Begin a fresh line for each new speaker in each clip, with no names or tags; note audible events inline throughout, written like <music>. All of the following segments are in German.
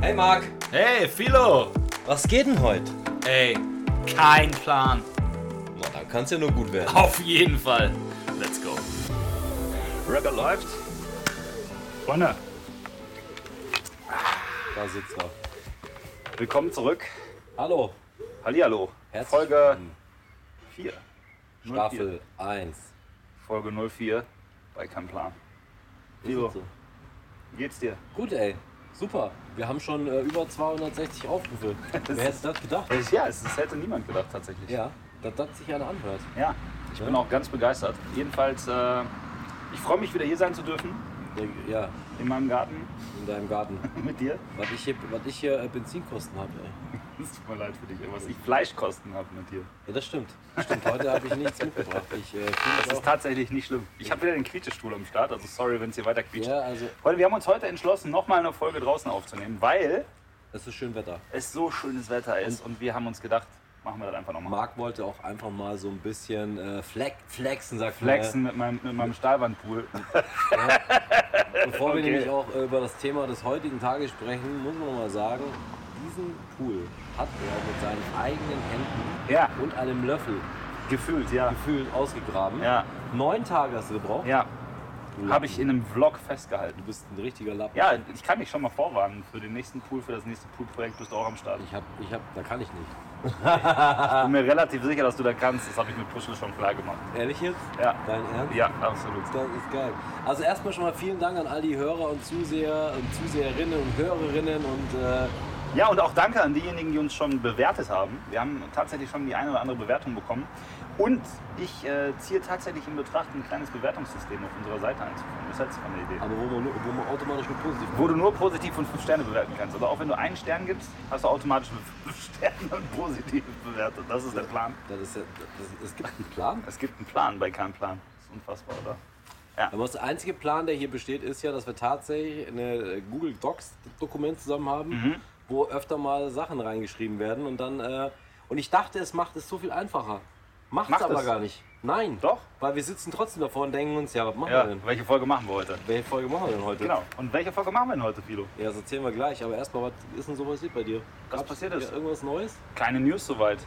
Hey Marc,
Hey, Philo!
was geht denn heute?
Ey, kein Plan.
Na, dann kann's ja nur gut werden.
Auf jeden Fall. Let's go.
Rapper läuft. Freunde,
Da sitzt er.
willkommen zurück.
Hallo,
Hallihallo.
herzlich
Folge
willkommen.
4.
Staffel 1.
Folge 04 bei kein Plan. Lilo, wie geht's dir?
Gut, ey. Super. Wir haben schon äh, über 260
<laughs>
Aufrufe. Wer hätte das gedacht?
Ja, es, es hätte niemand gedacht tatsächlich.
Ja, dass das sich einer anhört.
Ja, ich bin
Ja.
auch ganz begeistert. Jedenfalls, äh, ich freue mich wieder hier sein zu dürfen,
Der- Ja,
in meinem Garten <laughs>
in deinem Garten.
mit dir.
Was ich hier, was ich hier äh, Benzinkosten habe, ey.
Es tut mir leid für dich, was ich Fleischkosten habe mit dir.
Ja, das stimmt. Stimmt, heute habe ich nichts mitgebracht. Ich äh, fühle mich
Das ist
auch.
tatsächlich nicht schlimm. Ich habe wieder den Quietschestuhl am Start, also sorry, wenn es hier weiter quietscht.
Ja, also,
Freunde, wir haben uns heute entschlossen, nochmal eine Folge draußen aufzunehmen, weil
es ist schön Wetter.
es so schönes Wetter ist und wir haben uns gedacht, machen wir das einfach nochmal.
Marc wollte auch einfach mal so ein bisschen äh, flex, flexen, sagt man,
Flexen mit meinem, mit meinem Stahlwandpool.
Bevor wir
Okay.
nämlich auch äh, über das Thema des heutigen Tages sprechen, muss man mal sagen, diesen Pool hat er mit seinen eigenen Händen
Ja,
und einem Löffel
gefühlt, ja.
gefühlt ausgebraucht.
Ja,
Neun Tage hast du gebraucht.
ja.
Du
Habe ich in einem Vlog festgehalten.
Du bist ein richtiger Lappen.
Ja, ich kann dich schon mal vorwarnen. Für den nächsten Pool, für das nächste Poolprojekt bist du auch am Start.
Ich hab, ich hab, da kann ich nicht.
Ich bin mir relativ sicher, dass du da kannst. Das habe ich mit Puschel schon klar gemacht.
Ehrlich jetzt?
Ja,
Dein Ernst?
ja, absolut.
Das ist geil. Also erstmal schon mal vielen Dank an all die Hörer und Zuseher und Zuseherinnen und Hörerinnen und äh,
Ja, und auch danke an diejenigen, die uns schon bewertet haben. Wir haben tatsächlich schon die eine oder andere Bewertung bekommen. Und ich äh, ziehe tatsächlich in Betracht, ein kleines Bewertungssystem auf unserer Seite einzuführen. Das hältst du von der Idee?
aber wo man, nur- wo man automatisch nur positiv
Wo du nur positiv und fünf Sterne bewerten kannst. Also auch wenn du einen Stern gibst, hast du automatisch mit fünf <laughs> Sternen und positiv bewertet. Das ist der Plan.
das ist ja, das, es gibt einen Plan.
Es gibt einen Plan bei keinem Plan. Das ist unfassbar, oder?
Aber der einzige Plan, der hier besteht, ist ja, dass wir tatsächlich eine Google Docs-Dokument zusammen haben,
Mhm.
wo öfter mal Sachen reingeschrieben werden und dann. Äh, und ich dachte, es macht es so viel einfacher. Macht es
Macht
aber
es.
gar nicht. Nein.
Doch?
Weil wir sitzen trotzdem davor und denken uns, ja, was machen wir denn?
Welche Folge machen wir heute?
Welche Folge machen wir denn heute?
Genau. Und welche Folge machen wir denn heute, Philo?
Ja, das erzählen wir gleich, aber erstmal, was ist denn so passiert bei dir?
Was
Gab's
passiert
ja
ist?
Irgendwas Neues?
Keine News soweit.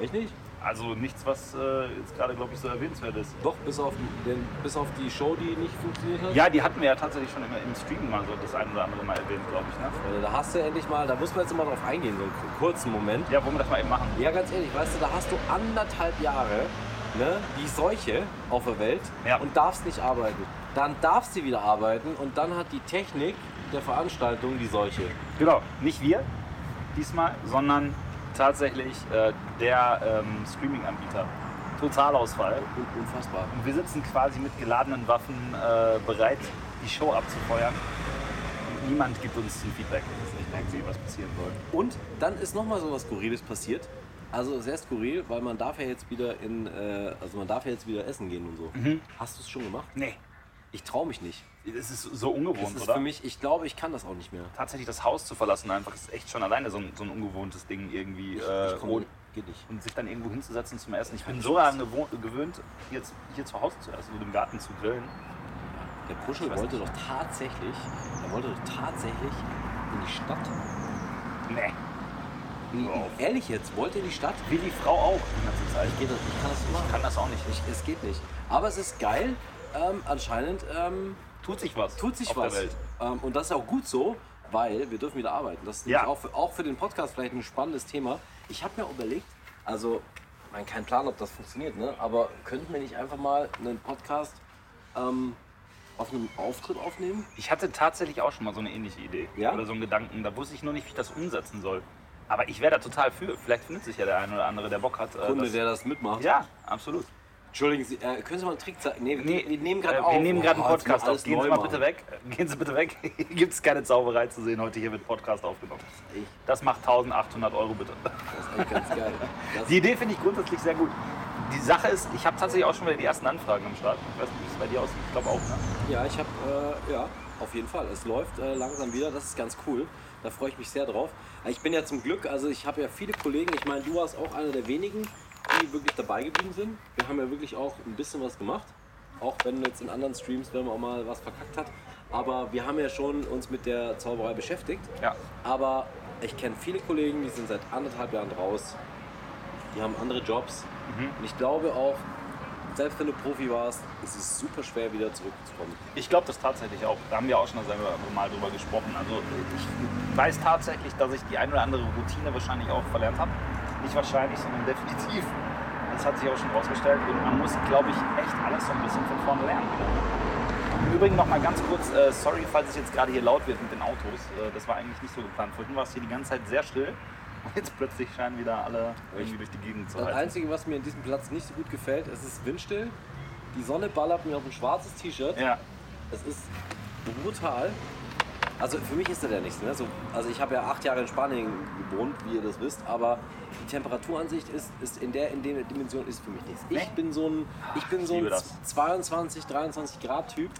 Echt nicht?
Also nichts, was äh, jetzt gerade, glaube ich, so erwähnenswert ist.
Doch, bis auf, den, bis auf die Show, die nicht funktioniert hat.
Ja, die hatten wir ja tatsächlich schon im, im Stream mal so das ein oder andere Mal erwähnt, glaube ich. Ne?
Äh, Da hast du endlich mal, da muss man jetzt mal drauf eingehen, so einen ku- kurzen Moment.
Ja, wollen wir das mal eben machen?
Ja, ganz ehrlich, weißt du, da hast du anderthalb Jahre ne, die Seuche auf der Welt
Ja.
und darfst nicht arbeiten. Dann darfst du wieder arbeiten und dann hat die Technik der Veranstaltung die Seuche.
Genau, nicht wir diesmal, sondern tatsächlich äh, der ähm, Streaming-Anbieter. Totalausfall.
Un- Unfassbar.
Und wir sitzen quasi mit geladenen Waffen äh, bereit, die Show abzufeuern. Und niemand gibt uns ein Feedback. Das ist nicht irgendwie was passieren soll.
Und dann ist nochmal so was Skurriles passiert. Also sehr skurril, weil man darf ja jetzt wieder in, äh, also man darf ja jetzt wieder essen gehen und so.
Mhm.
Hast du es schon gemacht?
Nee,
Ich traue mich nicht.
es ist so
Das
ungewohnt,
ist
oder?
für mich, ich glaube, ich kann das auch nicht mehr.
tatsächlich das Haus zu verlassen einfach ist echt schon alleine so ein, so ein ungewohntes Ding irgendwie. Äh,
ich komm,
und-
geht nicht.
und sich dann irgendwo hinzusetzen zum Essen. Ich bin so daran gewohnt, gewöhnt, jetzt hier zu Hause zu essen und im Garten zu grillen.
Der Puschel
Ich weiß
wollte doch tatsächlich, er wollte doch tatsächlich in die Stadt.
Nee.
Wie-
Hör auf.
Ehrlich jetzt, wollte in die Stadt?
Wie die Frau auch die ganze Zeit.
Ich, geh das, ich kann das nicht
Ich
machen.
kann das auch nicht.
Ich, es geht nicht. Aber es ist geil. Ähm, anscheinend ähm,
Tut sich was.
tut sich
auf
was.
Der Welt.
Ähm, und das ist auch gut so, weil wir dürfen wieder arbeiten. Das ist
Ja.
nämlich auch, für, auch für den Podcast vielleicht ein spannendes Thema. Ich habe mir überlegt, also, mein, kein Plan, ob das funktioniert, ne? aber könnten wir nicht einfach mal einen Podcast ähm, auf einem Auftritt aufnehmen?
Ich hatte tatsächlich auch schon mal so eine ähnliche Idee.
Ja?
Oder so einen Gedanken. Da wusste ich nur nicht, wie ich das umsetzen soll. Aber ich wäre da total für. Vielleicht findet sich ja der ein oder andere, der Bock hat. äh,
Kunde,
das-
der das mitmacht.
ja, absolut.
Entschuldigen Sie, äh, können Sie mal einen Trick zeigen? Nee, wir-
Nee,
wir nehmen gerade
äh,
auf.
Wir nehmen gerade
Oh,
einen
jetzt
Podcast
muss
auf.
alles
Gehen
neu
Sie mal
machen.
bitte weg. <laughs> Gehen Sie bitte weg. Hier gibt es keine Zauberei zu sehen. Heute hier wird Podcast aufgenommen.
Ich-
Das macht 1800 Euro bitte.
Das ist echt ganz geil. Das,
Die Idee finde ich grundsätzlich sehr gut. Die Sache ist, ich habe tatsächlich auch schon wieder die ersten Anfragen am Start. Ich weiß nicht, wie es bei dir aussieht. Ich glaube auch. Ne?
ja, ich habe, äh, ja, auf jeden Fall. Es läuft äh, langsam wieder, das ist ganz cool. Da freue ich mich sehr drauf. Äh, Ich bin ja zum Glück, also ich habe ja viele Kollegen, ich meine, du warst auch einer der wenigen, die wirklich dabei geblieben sind. Wir haben ja wirklich auch ein bisschen was gemacht. Auch wenn jetzt in anderen Streams wenn man auch mal was verkackt hat. Aber wir haben ja schon uns mit der Zauberei beschäftigt.
Ja.
Aber ich kenne viele Kollegen, die sind seit anderthalb Jahren raus. Die haben andere Jobs. Und ich glaube auch, selbst wenn du Profi warst, ist es super schwer, wieder zurückzukommen.
Ich glaube das tatsächlich auch. Da haben wir auch schon selber mal drüber gesprochen. Also ich weiß tatsächlich, dass ich die ein oder andere Routine wahrscheinlich auch verlernt habe. Nicht wahrscheinlich, sondern definitiv. Das hat sich auch schon rausgestellt. Und man muss, glaube ich, echt alles so ein bisschen von vorne lernen. Im Übrigen noch mal ganz kurz, äh, sorry, falls es jetzt gerade hier laut wird mit den Autos. Äh, das war eigentlich nicht so geplant. Vorhin war es hier die ganze Zeit sehr still. Und jetzt plötzlich scheinen wieder alle irgendwie durch die Gegend zu
Das
heizen.
Einzige, was mir an diesem Platz nicht so gut gefällt, es ist windstill. Die Sonne ballert mir auf ein schwarzes T-Shirt.
Ja,
Es ist brutal. Also für mich ist das ja nichts. Ne? So, also ich habe ja acht Jahre in Spanien gewohnt, wie ihr das wisst, aber die Temperaturansicht ist, ist in der in der Dimension ist für mich nichts. Ich
Nee?
bin so ein ich bin so
ich
ein
liebe das.
22, 23 Grad Typ,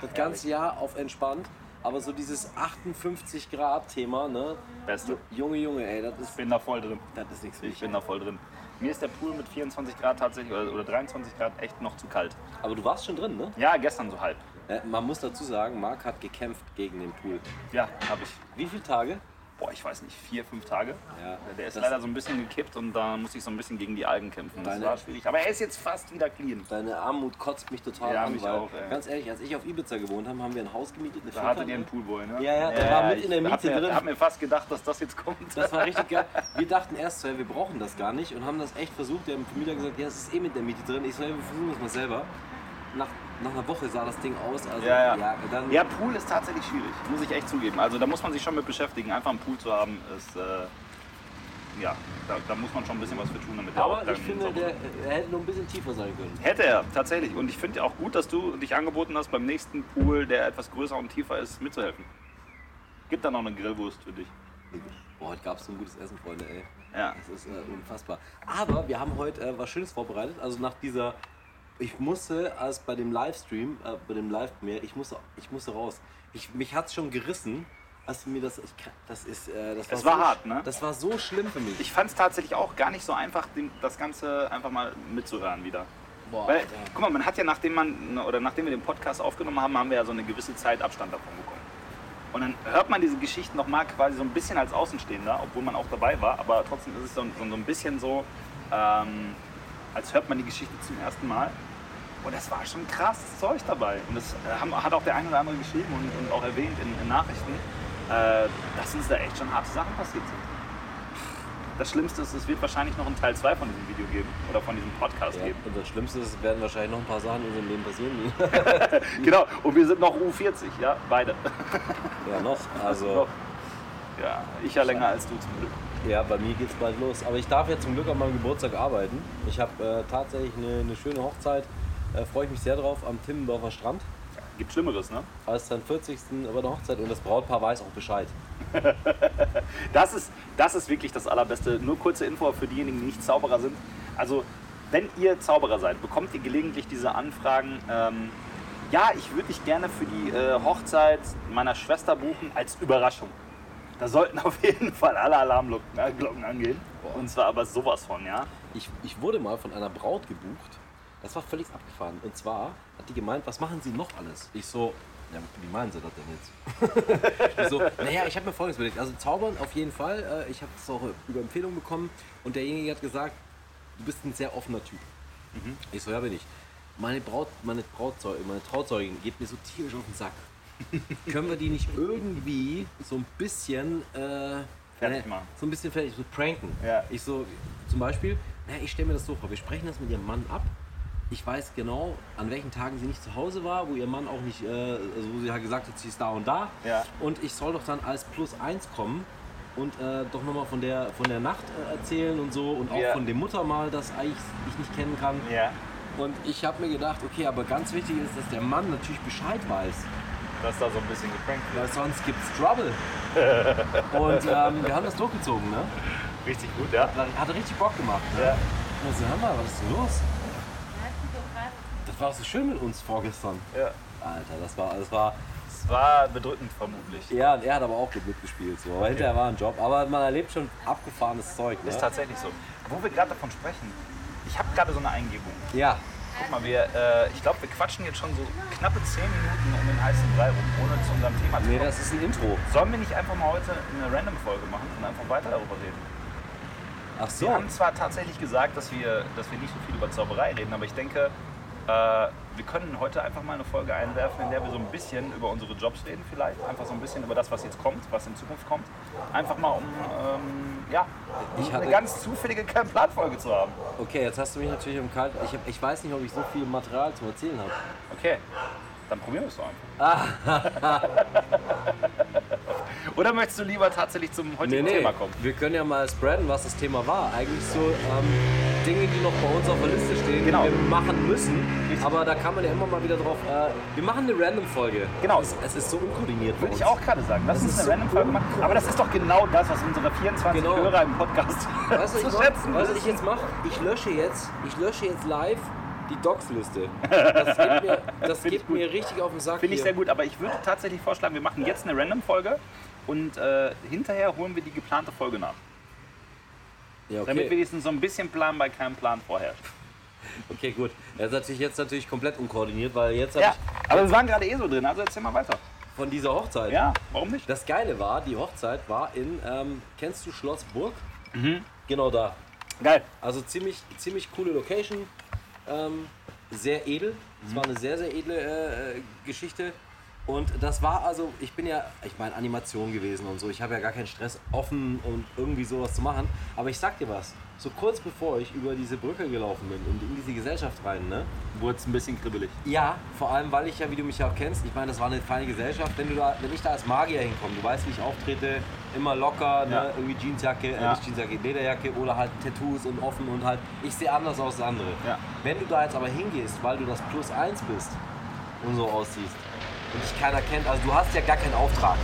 das ganze Jahr auf entspannt, aber so dieses 58 Grad Thema, ne?
Beste.
Junge Junge, ey, das ist
bin da voll drin.
das ist nichts. für
Ich
mich,
bin
ey.
da voll drin. Mir ist der Pool mit 24 Grad tatsächlich oder, oder 23 Grad echt noch zu kalt.
Aber du warst schon drin, ne?
Ja, gestern so halb.
Äh, Man muss dazu sagen, Marc hat gekämpft gegen den Pool.
Ja, habe ich,
Wie viele Tage?
boah, ich weiß nicht, vier, fünf Tage.
Ja,
Der ist
das-
leider so ein bisschen gekippt und da musste ich so ein bisschen gegen die Algen kämpfen. Das
Deine-
war schwierig. Aber er ist jetzt fast wieder clean.
Deine Armut kotzt mich total
Ja,
an.
mich
weil,
auch, ey.
Ganz ehrlich, als ich auf Ibiza gewohnt habe, haben wir ein Haus gemietet. Eine
Da hattet ihr
Vierkante.
einen Poolboy, ne?
Ja, ja, der war mit
ich
in der
hab
Miete
mir,
drin.
hab mir fast gedacht, dass das jetzt kommt.
Das war richtig geil. Wir dachten erst so, ja, wir brauchen das gar nicht und haben das echt versucht. Der Vermieter hat gesagt, ja, es ist eh mit der Miete drin. Ich so, ja, wir versuchen das mal selber. Nach, nach einer Woche sah das Ding aus. Also,
Ja, ja.
dann,
Ja, Pool ist tatsächlich schwierig, muss ich echt zugeben. Also da muss man sich schon mit beschäftigen. Einfach einen Pool zu haben, ist, äh, ja, da, da muss man schon ein bisschen was für tun, damit der auch
aber
dann
ich finde,
sauber
der, er hätte nur ein bisschen tiefer sein können.
Hätte er, tatsächlich. Und ich finde auch gut, dass du dich angeboten hast, beim nächsten Pool, der etwas größer und tiefer ist, mitzuhelfen. Gibt da noch eine Grillwurst für dich.
Boah, heute gab es so ein gutes Essen, Freunde, ey.
Ja.
Das ist äh, unfassbar. Aber wir haben heute äh, was Schönes vorbereitet. Also nach dieser, ich musste als bei dem Livestream, äh, bei dem Live mehr, ich musste, ich musste raus. Ich, mich hat's schon gerissen, als du mir das, ich, kann- das ist, äh, das war,
Es
so,
war hart, ne?
Das war so schlimm für mich.
Ich fand es tatsächlich auch gar nicht so einfach, dem- das Ganze einfach mal mitzuhören wieder.
boah,
Weil,
Alter.
guck mal, man hat ja, nachdem, man, oder nachdem wir den Podcast aufgenommen haben, haben wir ja so eine gewisse Zeit Abstand davon bekommen. Und dann hört man diese Geschichten nochmal quasi so ein bisschen als Außenstehender, obwohl man auch dabei war, aber trotzdem ist es so, ein- so ein bisschen so, ähm, als hört man die Geschichte zum ersten Mal. Und das war schon krasses Zeug dabei. Und das äh, haben, hat auch der ein oder andere geschrieben und, und auch erwähnt in, in Nachrichten, äh, dass uns da echt schon harte Sachen passiert sind. Das Schlimmste ist, es wird wahrscheinlich noch einen Teil 2 von diesem Video geben oder von diesem Podcast
Ja,
geben.
und das Schlimmste ist, es werden wahrscheinlich noch ein paar Sachen in unserem Leben passieren. <laughs>
<laughs> Genau, und wir sind noch U40, ja, beide.
ja, noch. Also,
Ja, ich ja länger als du zum Glück.
ja, bei mir geht's bald los. Aber ich darf ja zum Glück an meinem Geburtstag arbeiten. Ich habe äh, tatsächlich eine, eine schöne Hochzeit. Äh, Freue ich mich sehr drauf am Timmendorfer Strand.
Gibt Schlimmeres, ne?
als dann 40. über eine Hochzeit und das Brautpaar weiß auch Bescheid.
Das ist, das ist wirklich das Allerbeste. Nur kurze Info für diejenigen, die nicht Zauberer sind. Also, wenn ihr Zauberer seid, bekommt ihr gelegentlich diese Anfragen, ähm, ja, ich würde dich gerne für die äh, Hochzeit meiner Schwester buchen als Überraschung. Da sollten <laughs> auf jeden Fall alle Alarmglocken äh, Glocken angehen. Und zwar aber sowas von, ja.
Ich, ich wurde mal von einer Braut gebucht. Das war völlig abgefahren. Und zwar hat die gemeint, was machen Sie noch alles? Ich so, ja, wie meinen Sie das denn jetzt? <laughs> ich so, naja, ich habe mir Folgendes überlegt. Also Zaubern auf jeden Fall. Äh, Ich habe das auch über Empfehlung bekommen. Und derjenige hat gesagt, du bist ein sehr offener Typ.
Mhm.
Ich so, ja, bin ich. Meine, Braut, meine, Brautzeugin, meine Trauzeugin geht mir so tierisch auf den
<laughs>
Sack. Können wir die nicht irgendwie so ein bisschen äh,
Fertig
ne,
machen.
So ein bisschen fertig, so pranken.
Ja.
Ich so, zum Beispiel, na, ich stelle mir das so vor, wir sprechen das mit ihrem Mann ab. Ich weiß genau, an welchen Tagen sie nicht zu Hause war, wo ihr Mann auch nicht, äh, also wo sie halt gesagt hat, sie ist da und da.
Ja.
Und ich soll doch dann als Plus eins kommen und äh, doch nochmal von der, von der Nacht äh, erzählen und so und auch
Ja.
von dem Muttermal, das eigentlich ich nicht kennen kann.
Ja,
Und ich habe mir gedacht, okay, aber ganz wichtig ist, dass der Mann natürlich Bescheid weiß,
dass da so ein bisschen geprankt
weil sonst gibt's Trouble.
<laughs>
Und ähm, wir haben das durchgezogen, ne?
Richtig gut, ja.
Hat richtig Bock gemacht. Ne?
ja.
Na, so, hör mal, was ist denn los? Das war so schön mit uns vorgestern.
ja.
Alter, das war, das war,
Es war bedrückend vermutlich.
ja, und er hat aber auch gut mitgespielt, so. Aber hinterher war ein Job. Aber man erlebt schon abgefahrenes Zeug, ne?
Ist tatsächlich so. Wo wir gerade davon sprechen, ich habe gerade so eine Eingebung.
Ja,
Guck mal, wir, äh, ich glaube, wir quatschen jetzt schon so knappe 10 Minuten um den heißen Brei rum, ohne zu unserem Thema zu kommen.
Nee, das ist ein Intro.
Sollen wir nicht einfach mal heute eine Random-Folge machen und einfach weiter darüber reden?
Ach
Sie
so.
haben zwar tatsächlich gesagt, dass wir, dass wir nicht so viel über Zauberei reden, aber ich denke, äh, wir können heute einfach mal eine Folge einwerfen, in der wir so ein bisschen über unsere Jobs reden vielleicht. Einfach so ein bisschen über das, was jetzt kommt, was in Zukunft kommt. Einfach mal, um ähm, ja,
Ich
eine
hatte-
ganz zufällige Kernplanfolge zu haben.
Okay, jetzt hast du mich natürlich im Kalt. Ich, hab, ich weiß nicht, ob ich so viel Material zum Erzählen habe.
Okay, dann probieren wir es doch einfach. <laughs> Oder möchtest du lieber tatsächlich zum heutigen Thema kommen?
Wir können ja mal spreaden, was das Thema war. Eigentlich so ähm, Dinge, die noch bei uns auf der Liste stehen,
Genau.
die wir machen müssen.
Richtig.
Aber da kann man ja immer mal wieder drauf. Äh, wir machen eine Random-Folge.
Genau.
Es, es ist so unkoordiniert. bei
Würde ich
uns.
auch gerade sagen. Lass
Das
uns
ist
eine
so
Random-Folge machen. Aber das ist doch genau das, was unsere 24
Genau.
Hörer im Podcast
Weißt du, ich
<laughs> zu
mach,
schätzen
weißt du, was ich
wissen.
jetzt mache? Ich lösche jetzt, ich lösche jetzt live die
<laughs>
Docs-Liste. Das geht mir, das
Find ich
geht
gut.
mir richtig auf den Sack.
Finde ich
hier.
sehr gut. Aber ich würde tatsächlich vorschlagen, wir machen jetzt eine Random-Folge und äh, hinterher holen wir die geplante Folge nach.
Ja,
Damit
okay.
wenigstens so ein bisschen Plan bei keinem Plan vorherrscht.
okay, gut. Das ist natürlich jetzt natürlich komplett unkoordiniert, weil jetzt habe
Ja, aber wir waren gerade eh so drin, also erzähl mal weiter.
ich von dieser Hochzeit.
Ja, warum nicht?
Das Geile war, die Hochzeit war in, ähm, kennst du Schloss Burg?
Mhm.
Genau da.
Geil.
Also ziemlich, ziemlich coole Location. Ähm, sehr edel. Es war eine sehr, sehr edle äh, äh, Geschichte. Und das war also, ich bin ja, ich meine, Animation gewesen und so. Ich habe ja gar keinen Stress, offen und irgendwie sowas zu machen. Aber ich sag dir was, so kurz bevor ich über diese Brücke gelaufen bin und in diese Gesellschaft rein, ne?
Wurde es ein bisschen kribbelig.
Ja, vor allem, weil ich ja, wie du mich ja auch kennst, ich meine, das war eine feine Gesellschaft. Wenn, du da, wenn ich da als Magier hinkomme, du weißt, wie ich auftrete, immer locker,
Ja.
ne? irgendwie Jeansjacke, äh,
Ja.
nicht Jeansjacke, Lederjacke oder halt Tattoos und offen und halt, ich sehe anders aus als andere.
Ja.
Wenn du da jetzt aber hingehst, weil du das Plus eins bist und so aussiehst und dich keiner kennt, also du hast ja gar keinen Auftrag.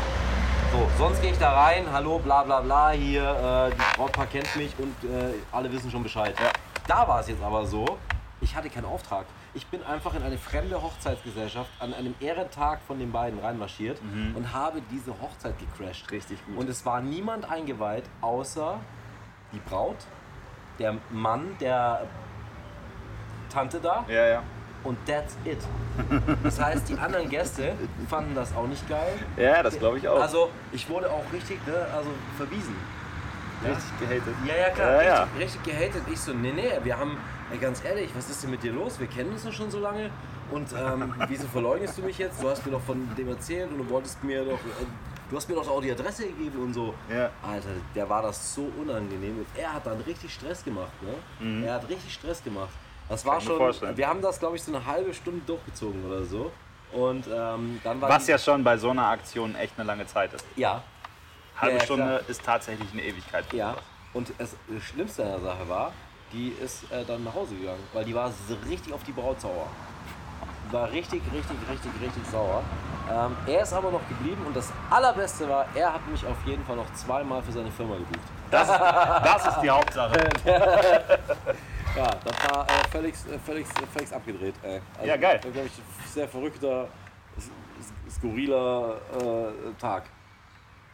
So, sonst gehe ich da rein, hallo, bla bla bla, hier, äh, die Brautpaar kennt mich und äh, alle wissen schon Bescheid.
Ja.
Da war es jetzt aber so, ich hatte keinen Auftrag. Ich bin einfach in eine fremde Hochzeitsgesellschaft an einem Ehrentag von den beiden reinmarschiert und habe diese Hochzeit gecrashed.
Mhm. Richtig gut.
Und es war niemand eingeweiht, außer die Braut, der Mann, der Tante da
Ja, ja.
und that's it. Das heißt, die anderen Gäste fanden das auch nicht geil.
Ja, das glaube Oh. ich auch.
Also, ich wurde auch richtig, ne, also verwiesen.
richtig gehatet.
Ja, ja, klar,
Ja, ja.
Richtig, richtig gehatet. Ich so, nee, nee, wir haben, ey, ganz ehrlich, was ist denn mit dir los? Wir kennen uns doch schon so lange. Und
<laughs>
ähm, wieso verleugnest du mich jetzt? Du hast mir doch von dem erzählt und du wolltest mir doch, äh, du hast mir doch auch die Adresse gegeben und so.
Ja.
Alter, der war das so unangenehm. Und er hat dann richtig Stress gemacht, ne? Er hat richtig Stress gemacht. Das war
Mhm. ich mir
schon,
vorstellen.
wir haben das, glaube ich, so eine halbe Stunde durchgezogen oder so. Und ähm, dann war
Was
die,
ja schon bei so einer Aktion echt eine lange Zeit ist.
ja,
Halbe
Ja, ja,
Stunde
klar.
ist tatsächlich eine Ewigkeit. für
Ja,
sowas.
und das Schlimmste an der Sache war, die ist äh, dann nach Hause gegangen, weil die war so richtig auf die Braut sauer. Die War richtig, richtig, richtig, richtig sauer. Ähm, er ist aber noch geblieben und das Allerbeste war, er hat mich auf jeden Fall noch zweimal für seine Firma gebucht.
Das, das ist
<laughs>
die Hauptsache.
Ja, das war äh, völlig, äh, völlig, äh, völlig abgedreht. Ey. Also,
Ja, geil.
Das war, glaub ich, ein sehr verrückter, s- s- skurriler äh, Tag.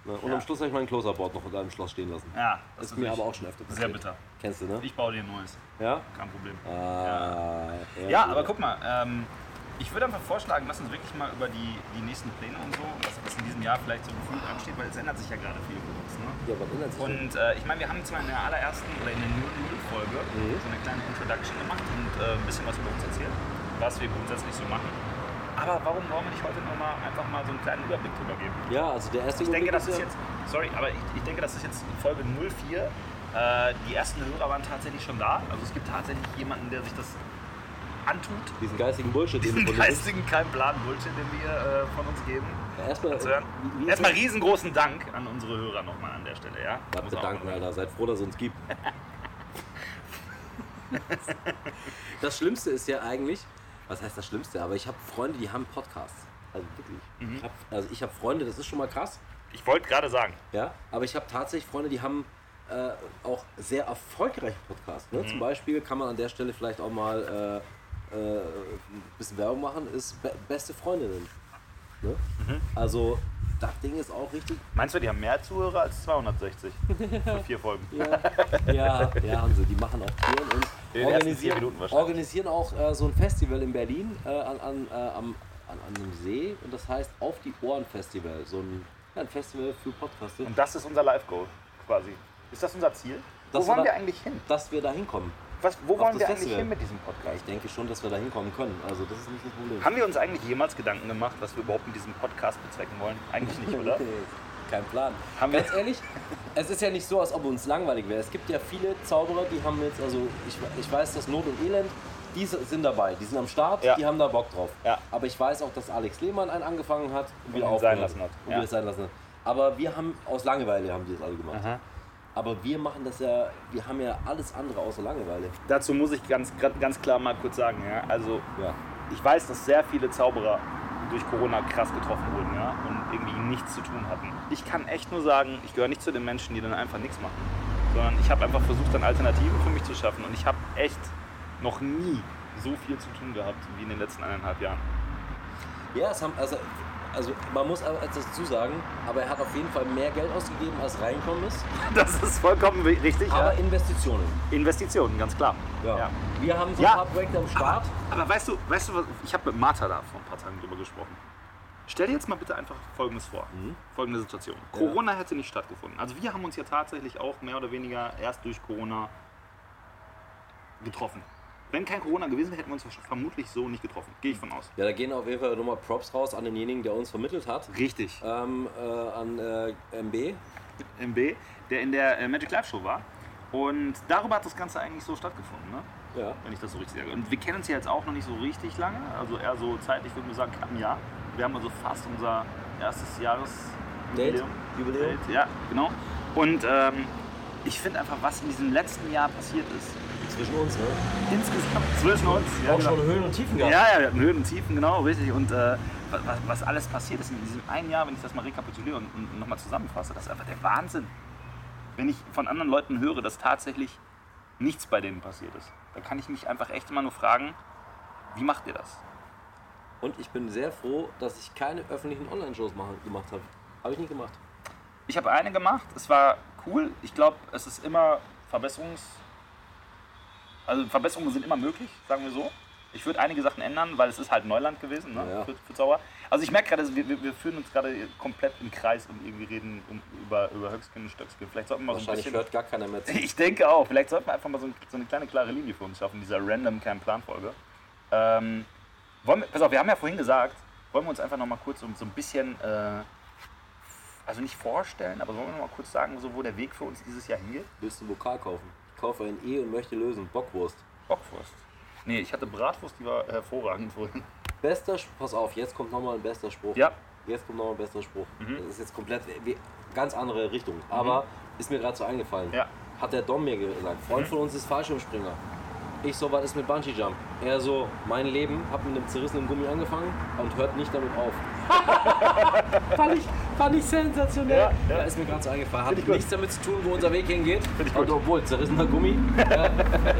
Ne? Und
Ja.
am Schluss habe ich mein Closerboard noch unter einem Schloss stehen lassen.
Ja,
Das ist mir aber auch schon öfter
sehr
passiert.
bitter.
Kennst du, ne?
Ich baue dir ein neues.
ja?
Kein Problem.
Ah,
Ja, aber guck mal, ähm, ich würde einfach vorschlagen, lass uns wirklich mal über die, die nächsten Pläne und so, was, was in diesem Jahr vielleicht so gefühlt ansteht, weil es ändert sich ja gerade viel bei uns. Ne?
Ja, was ändert sich denn?
Und äh, ich meine, wir haben zwar in der allerersten oder in der Null-Null-Folge
Mhm.
so eine kleine Introduction gemacht und äh, ein bisschen was über uns erzählt, was wir grundsätzlich so machen. Aber warum wollen wir nicht heute nochmal einfach mal so einen kleinen Überblick drüber geben?
Ja, also der erste
Ich denke,
Moment
das ist
ja-
jetzt, sorry, aber ich, ich denke, das ist jetzt Folge 04. Äh, die ersten Hörer waren tatsächlich schon da. Also es gibt tatsächlich jemanden, der sich das antut.
Diesen geistigen Bullshit, den
Diesen
du von dir
geistigen, kein Plan Bullshit, den wir äh, von uns geben.
bist. Erstmal,
Zu hören.
Äh, wie- wie ist
Erstmal
das?
riesengroßen Dank an unsere Hörer nochmal an der Stelle, ja?
Ja,
Muss man auch
bedanken,
mal sagen.
Alter. Seid froh, dass es uns
<laughs>
gibt. das Schlimmste ist ja eigentlich, was heißt das Schlimmste? Aber ich habe Freunde, die haben Podcasts. Also wirklich.
Mhm.
Ich hab, also ich habe Freunde, das ist schon mal krass.
Ich wollte gerade sagen,
Ja, aber ich habe tatsächlich Freunde, die haben äh, auch sehr erfolgreiche Podcasts. Ne?
Mhm.
Zum Beispiel kann man an der Stelle vielleicht auch mal äh, äh, ein bisschen Werbung machen, ist Be beste Freundinnen. Ne?
Mhm.
Also das Ding ist auch
<laughs>
richtig.
meinst du, die haben mehr Zuhörer als 260 für vier Folgen?
Ja, ja, ja haben sie. Die machen auch Touren und,
In den ersten vier
organisieren,
Minuten wahrscheinlich.
organisieren auch äh, so ein Festival in Berlin äh, an, an, äh, am, an, an einem See und das heißt Auf die Ohren Festival. So ein, ja, ein Festival für Podcaster,
Und das ist unser Live-Goal quasi. Ist das unser Ziel?
Das
wo wollen
war-
wir eigentlich hin?
dass wir da hinkommen.
Was, wo wollen
das
wir eigentlich
Festival.
hin mit diesem
Ja,
Podcast?
ich denke schon, dass wir da hinkommen können. Also das ist nicht das Problem.
Haben wir uns eigentlich jemals Gedanken gemacht, was wir überhaupt mit diesem Podcast bezwecken wollen? Eigentlich nicht,
<laughs>
oder?
Kein Plan.
Haben wir-
Ganz ehrlich, es ist ja nicht so, als ob uns langweilig wäre. Es gibt ja viele Zauberer, die haben jetzt, also ich, ich weiß, dass Not und Elend, die s- sind dabei, die sind am Start,
Ja.
die haben da Bock drauf.
Ja.
Aber ich weiß auch, dass Alex Lehmann einen angefangen hat und wieder
ihn
aufgehört
sein lassen hat.
Und
Ja.
wieder sein lassen hat. Aber wir haben, aus Langeweile haben die das alle gemacht. Aber wir machen das ja, wir haben ja alles andere außer Langeweile.
Dazu muss ich ganz, ganz klar mal kurz sagen, ja? also
Ja.
ich weiß, dass sehr viele Zauberer durch Corona krass getroffen wurden ja? und irgendwie nichts zu tun hatten. Ich kann echt nur sagen, ich gehöre nicht zu den Menschen, die dann einfach nichts machen, sondern ich habe einfach versucht, dann Alternativen für mich zu schaffen und ich habe echt noch nie so viel zu tun gehabt wie in den letzten eineinhalb Jahren. <laughs>
Ja, es haben, also, also man muss aber etwas dazu sagen, aber er hat auf jeden Fall mehr Geld ausgegeben, als reinkommen ist.
Das ist vollkommen wi- richtig.
Aber
ja.
Investitionen.
Investitionen, ganz klar.
Ja.
Ja.
Wir haben so
Ja.
ein paar Projekte am Start.
Aber weißt du, weißt du was, ich habe mit Martha da vor ein paar Tagen drüber gesprochen. Stell dir jetzt mal bitte einfach Folgendes vor. Folgende Situation. Corona hätte nicht stattgefunden. Also wir haben uns ja tatsächlich auch mehr oder weniger erst durch Corona getroffen. Wenn kein Corona gewesen wäre, hätten wir uns vermutlich so nicht getroffen. Gehe ich von aus.
Ja, da gehen auf jeden Fall nochmal Props raus an denjenigen, der uns vermittelt hat.
Richtig.
Ähm, äh, an äh, MB.
MB, der in der äh, Magic Live Show war. Und darüber hat das Ganze eigentlich so stattgefunden, ne?
Ja.
wenn ich das so richtig sage. Und wir kennen uns ja jetzt auch noch nicht so richtig lange, also eher so zeitlich, würde ich sagen, knapp ein Jahr. Wir haben also fast unser erstes Jahresjubiläum.
Date? Jubiläum?
Date, Ja, genau. Und ähm, ich finde einfach, was in diesem letzten Jahr passiert ist,
Zwischen uns, ne?
insgesamt zwischen uns.
Auch
genau.
schon Höhen und Tiefen
ja,
gehabt.
ja, wir hatten Höhen und Tiefen, genau, richtig. Und äh, was, was alles passiert ist in diesem einen Jahr, wenn ich das mal rekapituliere und, und nochmal zusammenfasse, das ist einfach der Wahnsinn. Wenn ich von anderen Leuten höre, dass tatsächlich nichts bei denen passiert ist, dann kann ich mich einfach echt immer nur fragen, wie macht ihr das?
Und ich bin sehr froh, dass ich keine öffentlichen Online-Shows machen- gemacht habe. Habe ich nicht gemacht.
Ich habe eine gemacht, es war cool. Ich glaube, es ist immer Verbesserungs. Also Verbesserungen sind immer möglich, sagen wir so. Ich würde einige Sachen ändern, weil es ist halt Neuland gewesen, ne?
Ja, ja.
Für, für Zauber. Also ich merke gerade, wir, wir, wir führen uns gerade komplett im Kreis und irgendwie reden um, über, über Höchstgen und Stöckskin. Vielleicht sollten wir mal so ein
Wahrscheinlich
bisschen.
hört gar keiner mehr zu.
Ich denke auch, vielleicht sollten wir einfach mal so, ein, so eine kleine klare Linie für uns schaffen, dieser random kein Plan-Folge. Ähm, wollen wir, pass auf, wir haben ja vorhin gesagt, wollen wir uns einfach noch mal kurz so, so ein bisschen, äh, also nicht vorstellen, aber wollen wir noch mal kurz sagen, so, wo der Weg für uns dieses Jahr hingeht?
Willst du einen Vokal kaufen? Ich kaufe ein E und möchte lösen. Bockwurst.
Bockwurst. Nee, ich hatte Bratwurst, die war hervorragend vorhin.
Bester Spruch. Pass auf, jetzt kommt nochmal ein bester Spruch.
Ja, Mhm.
Jetzt kommt nochmal ein bester Spruch. Das ist jetzt komplett wie, ganz andere Richtung. Aber ist mir gerade so eingefallen.
Ja. Mhm.
Hat der Dom mir gesagt. Freund von uns ist Fallschirmspringer. Ich so, was ist mit Bungee Jump? Er so, mein Leben hat mit einem zerrissenen Gummi angefangen und hört nicht damit
<laughs>
auf. fand, ich, fand ich sensationell.
Ja,
Ja,
ja.
Ist mir gerade so eingefallen. Hat
ich gut.
nichts damit zu tun, wo unser Weg hingeht.
Find ich gut.
Und obwohl, zerrissener
<laughs>
Gummi. ja,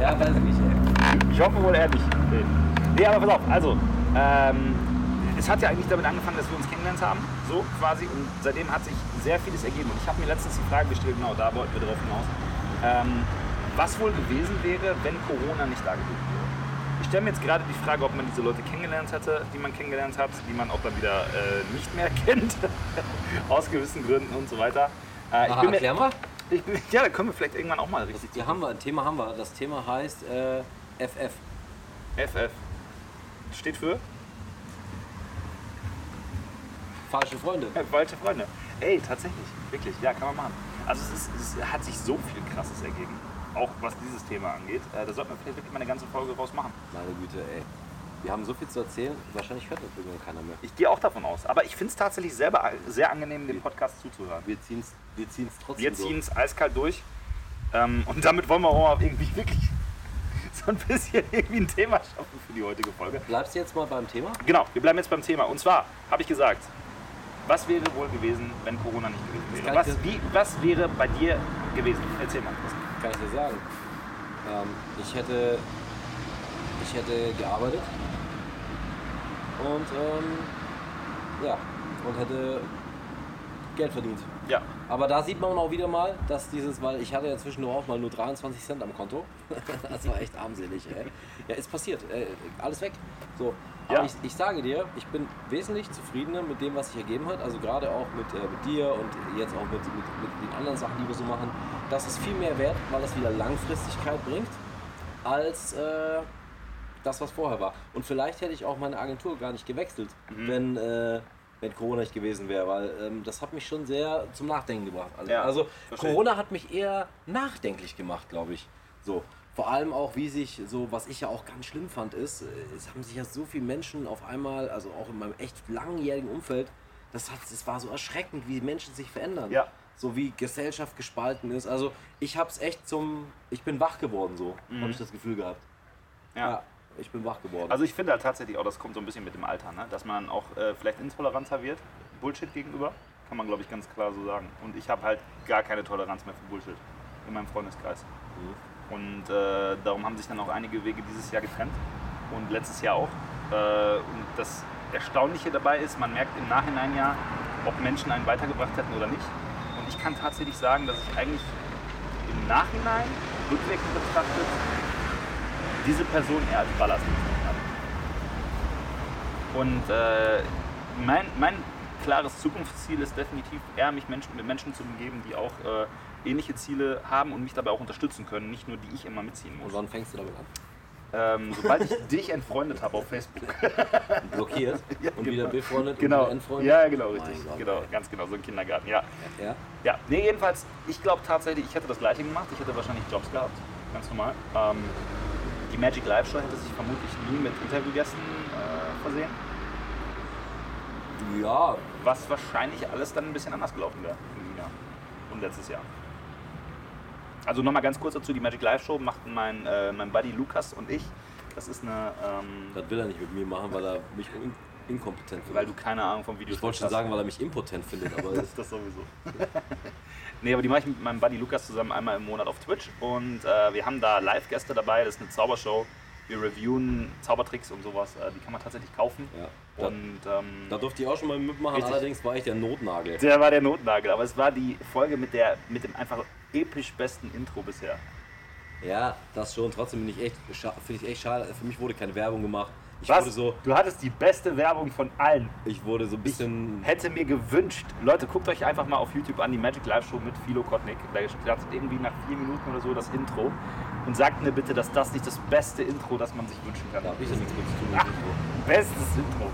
ja, weiß ich nicht. ey.
Ich hoffe wohl ehrlich. Nee, nee aber pass auf, also, ähm, es hat ja eigentlich damit angefangen, dass wir uns kennengelernt haben, so quasi, und seitdem hat sich sehr vieles ergeben. Und ich habe mir letztens die Frage gestellt, genau, da wollten wir drauf hinaus, ähm, was wohl gewesen wäre, wenn Corona nicht da gewesen wäre. Ich stelle mir jetzt gerade die Frage, ob man diese Leute kennengelernt hätte, die man kennengelernt hat, die man auch dann wieder äh, nicht mehr <laughs> kennt, aus gewissen Gründen und so weiter. Äh, ich
Aha,
bin mir,
erklär mal.
ich bin, ja, da können wir vielleicht irgendwann auch mal richtig.
Die haben wir, ein Thema haben wir. Das Thema heißt äh, FF.
FF steht für?
Falsche Freunde.
<laughs> Falsche Freunde. Ey, tatsächlich. Wirklich. Ja, kann man machen. Also es, ist, es hat sich so viel Krasses ergeben. Auch was dieses Thema angeht. Äh, da sollte man vielleicht wirklich mal eine ganze Folge raus machen.
Meine Güte, ey. Wir haben so viel zu erzählen, wahrscheinlich hört das irgendwann keiner mehr.
Ich gehe auch davon aus. Aber ich finde es tatsächlich selber a- sehr angenehm, dem Podcast zuzuhören.
Wir ziehen es wir ziehen's trotzdem
Wir
durch.
ziehen es eiskalt durch. Ähm, und damit wollen wir auch irgendwie wirklich <laughs> so ein bisschen irgendwie ein Thema schaffen für die heutige Folge.
Bleibst du jetzt mal beim Thema?
Genau, wir bleiben jetzt beim Thema. Und zwar habe ich gesagt, was wäre wohl gewesen, wenn Corona nicht gewesen wäre?
Das kann
Was,
ich
wie, was wäre bei dir gewesen? Erzähl mal.
Kann ich dir sagen. Ähm, ich hätte. Ich hätte gearbeitet. Und ähm, ja. Und hätte Geld verdient.
Ja.
Aber da sieht man auch wieder mal, dass dieses, weil ich hatte ja zwischendurch auch mal nur 23 Cent am Konto. <laughs> das war echt armselig, ey. Ja, ist passiert. Äh, alles weg. So. Aber
Ja.
ich, ich sage dir, ich bin wesentlich zufriedener mit dem, was sich ergeben hat. Also gerade auch mit, äh, mit dir und jetzt auch mit, mit, mit den anderen Sachen, die wir so machen. Das ist viel mehr wert, weil das wieder Langfristigkeit bringt, als äh, das, was vorher war. Und vielleicht hätte ich auch meine Agentur gar nicht gewechselt,
Mhm.
wenn, äh, wenn Corona nicht gewesen wäre, weil ähm, das hat mich schon sehr zum Nachdenken gebracht. Also,
Ja,
also
verstehe.
Corona hat mich eher nachdenklich gemacht, glaube ich. So. Vor allem auch, wie sich so, was ich ja auch ganz schlimm fand, ist, äh, es haben sich ja so viele Menschen auf einmal, also auch in meinem echt langjährigen Umfeld, das, hat, das war so erschreckend, wie Menschen sich verändern.
Ja.
So wie Gesellschaft gespalten ist. Also ich habe es echt zum, ich bin wach geworden so, habe ich das Gefühl gehabt. Ja, ich bin wach geworden.
Mhm. Also ich finde halt tatsächlich auch, das kommt so ein bisschen mit dem Alter, ne? dass man auch äh, vielleicht intoleranter wird, Bullshit gegenüber, kann man glaube ich ganz klar so sagen. Und ich habe halt gar keine Toleranz mehr für Bullshit in meinem Freundeskreis.
Mhm.
Und äh, darum haben sich dann auch einige Wege dieses Jahr getrennt und letztes Jahr auch. Äh, und das Erstaunliche dabei ist, man merkt im Nachhinein ja, ob Menschen einen weitergebracht hätten oder nicht. Und ich kann tatsächlich sagen, dass ich eigentlich im Nachhinein, rückwirkend betrachtet, diese Person eher als Ballast empfunden habe. Und äh, mein, mein klares Zukunftsziel ist definitiv eher, mich Menschen, mit Menschen zu umgeben, die auch äh, ähnliche Ziele haben und mich dabei auch unterstützen können, nicht nur die ich immer mitziehen
Und
muss.
wann fängst du damit an?
Ähm, sobald ich dich entfreundet habe auf Facebook. <laughs>
Blockiert und wieder befreundet und
Genau.
wieder entfreundet.
Ja, ja, genau,
Mein
richtig.
Gott,
genau, ganz genau, so ein Kindergarten, ja.
ey. Ja?
Ja, nee, jedenfalls, ich glaube tatsächlich, ich hätte das gleiche gemacht. Ich hätte wahrscheinlich Jobs gehabt, ganz normal. Ähm, die Magic Live Show hätte sich vermutlich nie mit Interviewgästen äh, versehen,
ja,
was wahrscheinlich alles dann ein bisschen anders gelaufen wäre in diesem Jahr und letztes Jahr. Also nochmal ganz kurz dazu, die Magic Live Show machten mein, äh, mein Buddy Lukas und ich. Das ist eine, ähm,
das will er nicht mit mir machen, weil er mich in inkompetent findet.
weil du keine Ahnung vom Video
ich wollte schon
hast.
sagen, weil er mich impotent findet, aber
Das, das sowieso. <laughs> nee, aber die mache ich mit meinem Buddy Lukas zusammen einmal im Monat auf Twitch. Und äh, wir haben da Live-Gäste dabei. Das ist eine Zaubershow. Wir reviewen Zaubertricks und sowas. Äh, die kann man tatsächlich kaufen.
ja, da,
Und ähm,
da durfte ich auch schon mal mitmachen,
Richtig.
allerdings war ich der Notnagel.
der war der Notnagel. Aber es war die Folge mit, der, mit dem einfach episch besten Intro bisher.
Ja, das schon, trotzdem bin ich echt, scha- finde ich echt schade, für mich wurde keine Werbung gemacht. Ich wurde so,
Du hattest die beste Werbung von allen.
ich wurde so ein bisschen,
Hätte mir gewünscht, Leute, guckt euch einfach mal auf YouTube an die Magic Live Show mit Philo Kotnik. Da startet irgendwie nach vier Minuten oder so das Intro und sagt mir bitte, dass das nicht das beste Intro, das man sich wünschen kann.
da habe ich das nichts mit zu tun.
Ah.
mit dem
Bestes Intro.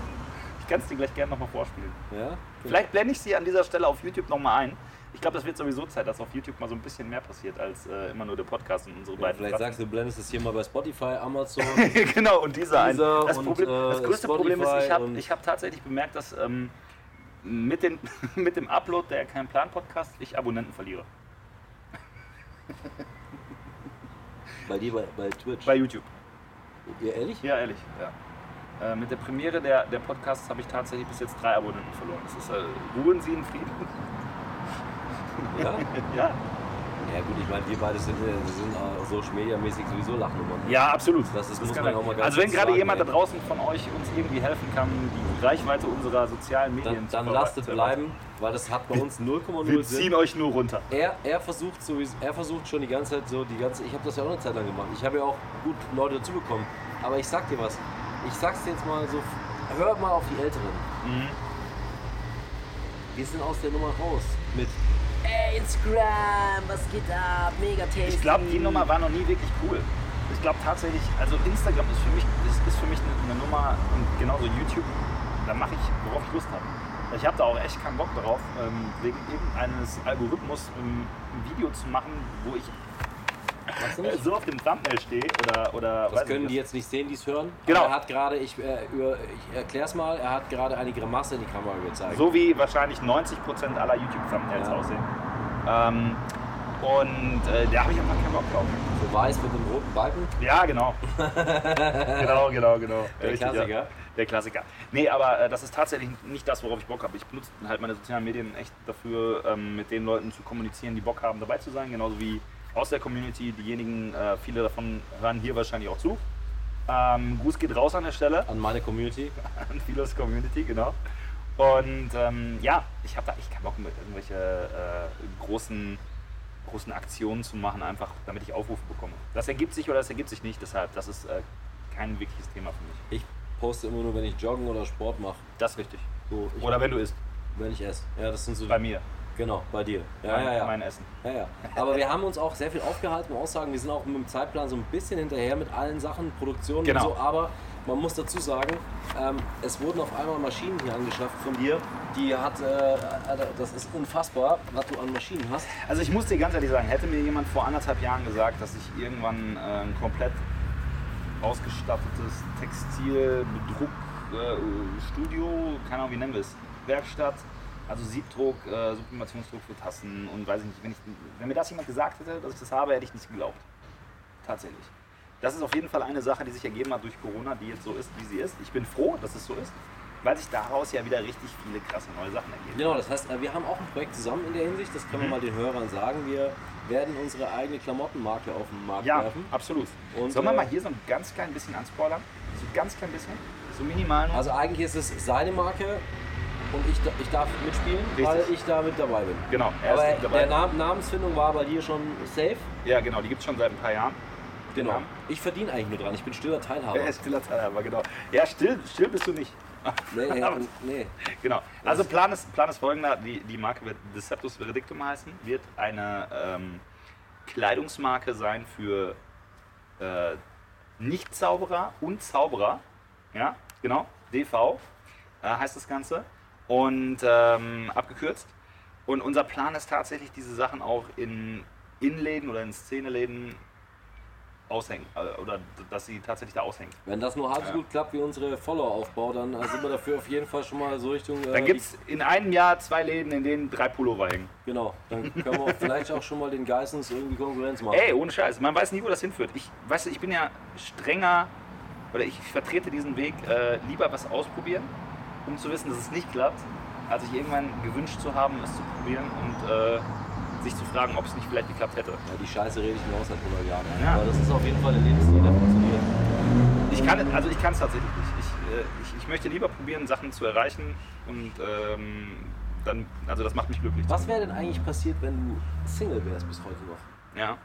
Ich kann es dir gleich gerne nochmal vorspielen.
Intro. Ja?
Vielleicht blende ich sie an dieser Stelle auf YouTube nochmal ein. Ich glaube, das wird sowieso Zeit, dass auf YouTube mal so ein bisschen mehr passiert, als äh, immer nur der Podcast und unsere
Ja,
beiden.
vielleicht sagst du, du blendest es hier mal bei Spotify,
<laughs>
Amazon,
genau, und dieser ein.
Dieser
Das,
und,
Problem,
äh,
das
Spotify
größte Problem ist,
und-
ich habe ich hab tatsächlich bemerkt, dass ähm, mit, den, <laughs> mit dem Upload der Kein Plan Podcast ich Abonnenten verliere.
bei dir bei, bei Twitch.
Bei YouTube.
ja, ehrlich?
Ja, ehrlich. Ja. Äh, mit der Premiere der, der Podcasts habe ich tatsächlich bis jetzt drei Abonnenten verloren. Das ist äh, Ruhen Sie in Frieden. <laughs>
Ja?
ja.
Ja gut, ich meine, wir beide sind, äh, wir sind äh, Social Media mäßig sowieso Lachnummern.
Ja, absolut.
Das ist- muss
kann
man
man-
auch mal ganz
Also wenn
kurz
gerade
sagen,
jemand
ey.
da draußen von euch uns irgendwie helfen kann, die Reichweite unserer sozialen Medien
Dann,
zu
dann
ver-
lasst es
zu erweitern.
bleiben, weil das hat bei uns 0,0
Wir
Sinn.
ziehen euch nur runter.
Er, er versucht sowieso, er versucht schon die ganze Zeit so, die ganze, ich habe das ja auch eine Zeit lang gemacht. Ich habe ja auch gut Leute dazu bekommen. Aber ich sag dir was, ich sag's dir jetzt mal so, hör mal auf die Älteren.
Mhm.
Wir sind aus der Nummer raus mit
Ey, Instagram, was geht ab? Mega tasty.
Ich glaube, die Nummer war noch nie wirklich cool. Ich glaube tatsächlich, also Instagram ist für mich, ist, ist für mich eine, eine Nummer und genauso YouTube, da mache ich, worauf ich Lust habe. Ich habe da auch echt keinen Bock darauf, ähm, wegen irgendeines Algorithmus ähm, ein Video zu machen, wo ich
Machst du
äh,
nicht?
so auf dem Thumbnail stehe oder, oder
Das
weiß
können
nicht,
die jetzt nicht sehen, die es hören.
Genau.
Aber Er hat gerade, ich, äh, über, ich erklär's mal, er hat gerade eine Grimasse in die Kamera gezeigt.
So wie wahrscheinlich 90% aller YouTube-Thumbnails
Ja.
aussehen. Ähm, und äh, da habe ich einfach keinen Bock drauf.
So weiß mit dem roten Balken.
Ja, genau. genau, genau, genau.
Der
Richtig, ja.
Klassiker.
Der Klassiker. Nee, aber äh, das ist tatsächlich nicht das, worauf ich Bock habe. Ich benutze halt meine sozialen Medien echt dafür, ähm, mit den Leuten zu kommunizieren, die Bock haben, dabei zu sein. Genauso wie aus der Community. Diejenigen, äh, viele davon hören hier wahrscheinlich auch zu. Ähm, Gruß geht raus an der Stelle
an meine Community.
<laughs> an Philos Community, genau. Und ähm, ja, ich habe da echt keinen Bock mit irgendwelche äh, großen, großen Aktionen zu machen, einfach damit ich Aufrufe bekomme. Das ergibt sich oder das ergibt sich nicht, deshalb, das ist äh, kein wirkliches Thema für mich.
Ich poste immer nur, wenn ich joggen oder Sport mache.
Das ist richtig.
So, ich,
Oder wenn du isst,
wenn ich esse. Ja, das sind so.
bei mir,
Genau, bei dir. Ja,
mein,
ja, ja.
mein Essen.
Ja, ja. Aber wir haben uns auch sehr viel aufgehalten, muss auch sagen, wir sind auch mit dem Zeitplan so ein bisschen hinterher mit allen Sachen, Produktionen
Genau.
und so, aber man muss dazu sagen, ähm, es wurden auf einmal Maschinen hier angeschafft von dir, die hat, äh, äh, das ist unfassbar, was du an Maschinen hast.
Also ich muss dir ganz ehrlich sagen, hätte mir jemand vor anderthalb Jahren gesagt, dass ich irgendwann äh, ein komplett ausgestattetes Textilbedruck, äh, Studio, keine Ahnung wie nennen wir es, Werkstatt, also Siebdruck, äh, Sublimationsdruck für Tassen und weiß ich nicht, wenn, ich, wenn mir das jemand gesagt hätte, dass ich das habe, hätte ich nicht geglaubt. Tatsächlich. Das ist auf jeden Fall eine Sache, die sich ergeben hat durch Corona, die jetzt so ist, wie sie ist. Ich bin froh, dass es so ist, weil sich daraus ja wieder richtig viele krasse neue Sachen ergeben.
Genau, das heißt, äh, wir haben auch ein Projekt zusammen in der Hinsicht, das
Mhm.
können wir mal den Hörern sagen, wir werden unsere eigene Klamottenmarke auf den Markt
Ja,
werfen.
absolut.
Und,
Sollen wir
äh,
mal hier so ein ganz klein bisschen anspoilern? So ganz klein bisschen? So minimal noch?
Also eigentlich ist es seine Marke und ich, da- ich darf mitspielen, weil
Richtig.
ich da mit dabei bin.
genau, er
Aber
ist mit dabei.
der Nam Namensfindung war bei dir schon safe.
ja, genau, die gibt es schon seit ein paar Jahren.
Genau.
Namen.
Ich verdiene eigentlich nur dran. Ich bin stiller Teilhaber.
Er ist stiller Teilhaber, genau. Ja, still, still bist du nicht.
Nee,
Aber-
nee, nee.
Genau. Also Plan ist, Plan ist folgender, die, die Marke wird Deceptus Veredictum heißen, wird eine ähm, Kleidungsmarke sein für äh, Nicht-Zauberer und Zauberer. Ja, genau, DV äh, heißt das Ganze. Und ähm, abgekürzt. Und unser Plan ist tatsächlich, diese Sachen auch in Innenläden oder in Szeneläden aushängen. äh, Oder dass sie tatsächlich da aushängen.
Wenn das nur halb so
Ja.
gut klappt wie unsere Follower-Aufbau, dann äh, sind wir dafür auf jeden Fall schon mal so Richtung. Äh,
Dann gibt es in einem Jahr zwei Läden, in denen drei Pullover hängen.
die- Genau. Dann können wir auch vielleicht auch schon mal den Geissens irgendwie Konkurrenz machen.
Ey, ohne Scheiß, man weiß nie, wo das hinführt. Ich, weißt du, ich bin ja strenger oder ich vertrete diesen Weg, äh, lieber was ausprobieren, um zu wissen, dass es nicht klappt, als ich irgendwann gewünscht zu haben, es zu probieren und äh, sich zu fragen, ob es nicht vielleicht geklappt hätte.
Ja, die Scheiße rede ich mir auch seit 100 Jahren. ein.
Ja.
Aber das ist auf jeden Fall der Lebensstil, der funktioniert.
Ich kann es also ich kann's tatsächlich nicht. Ich, äh, ich, ich möchte lieber probieren, Sachen zu erreichen und ähm, dann, also das macht mich glücklich.
Was wäre denn eigentlich passiert, wenn du Single wärst bis heute noch?
Ja,